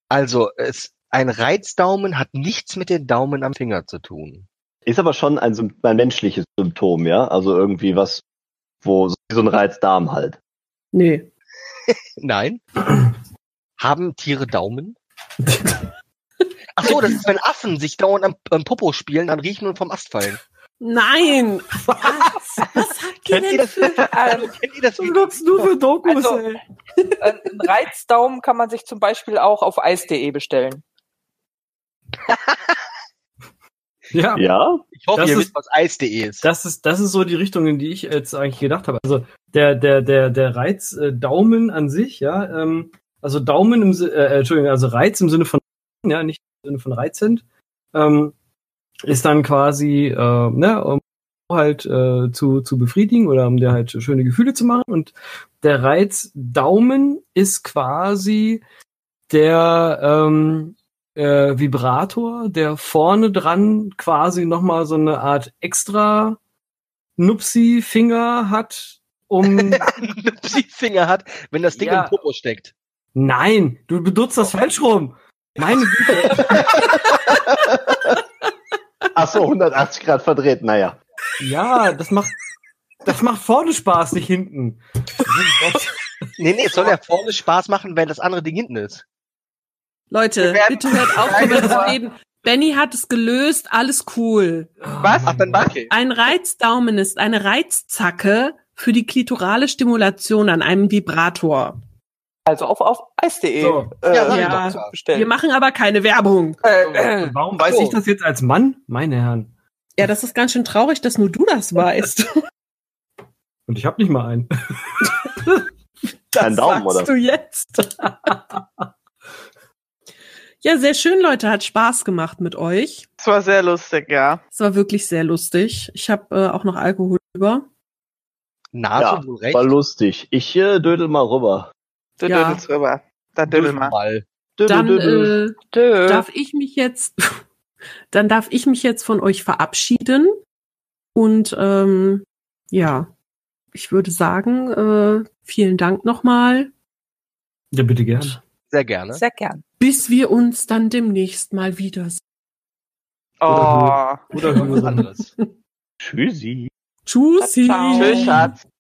also es, ein Reizdaumen hat nichts mit den Daumen am Finger zu tun.
Ist aber schon ein, Sym- ein menschliches Symptom, ja? Also irgendwie was, wo so so ein Reizdarm halt.
Nee.
Nein. Haben Tiere Daumen? Ach so, das ist, wenn Affen sich dauernd am, am Popo spielen, dann riechen und vom Ast fallen.
Nein. Was, was habt ihr denn für...
Ähm,
Kennt ihr das
Du
Video?
guckst nur für Dokus,
Also-
ey.
einen Reizdaumen kann man sich zum Beispiel auch auf eis.de bestellen.
Ja,
Ja?
Ich hoffe,
Das
ihr
ist-
wisst, was Eis.de ist.
das ist, das ist so die Richtung, in die ich jetzt eigentlich gedacht habe. Also der, der, der, der äh, Reiz äh, Daumen an sich, ja, ähm, also Daumen im Si- äh, Entschuldigung, also Reiz im Sinne von ja, nicht im Sinne von reizend, ähm, ist dann quasi, äh, ne, um halt äh, zu, zu befriedigen oder um dir halt schöne Gefühle zu machen. Und der Reiz Daumen ist quasi der ähm, äh, Vibrator, der vorne dran quasi nochmal so eine Art extra Nupsi-Finger hat, um
Die Finger hat, wenn das Ding
Ja.
im Popo steckt.
Nein, du benutzt
Oh.
das falsch rum. Meine Güte.
Ach so, 180 Grad verdreht, naja.
Ja, das macht, das macht vorne Spaß, nicht hinten.
Nee, nee, es soll ja vorne Spaß machen, wenn das andere Ding hinten ist.
Leute,
Wir werden-
bitte hört auf,
Nein,
darüber zu
aber-
reden. Benny hat es gelöst, alles cool.
Oh
Was? Ach, dann mach ich.
Ein Reizdaumen ist eine Reizzacke für die klitorale Stimulation an einem Vibrator.
Also auf, auf eis.de
So.
äh,
Ja,
ja.
zu
Wir
bestellen.
machen aber keine Werbung.
Äh, äh,
Warum weiß
So.
ich das jetzt als Mann? Meine Herren.
Ja, das ist ganz schön traurig, dass nur du das weißt.
Und ich habe nicht mal einen.
Ein Daumen,
sagst
oder?
du jetzt. ja, sehr schön, Leute. Hat Spaß gemacht mit euch.
Das war sehr lustig, ja.
Es war wirklich sehr lustig. Ich habe äh, auch noch Alkohol über.
Nase
Ja,
wohl recht.
War lustig. Ich äh, dödel mal rüber.
Du
Ja.
dödelst rüber. Dann dödel mal.
Ball.
Dödel,
Dann
dödel.
äh,
dö.
darf ich mich jetzt, dann darf ich mich jetzt von euch verabschieden. Und ähm, ja, ich würde sagen, äh, vielen Dank nochmal.
Ja, bitte gern.
Sehr gerne.
Sehr gern.
Bis wir uns dann demnächst mal wiedersehen.
Oh.
Oder hören wir
was
so
anderes.
Tschüssi.
Tschüssi.
Ciao.
Tschüss, Schatz.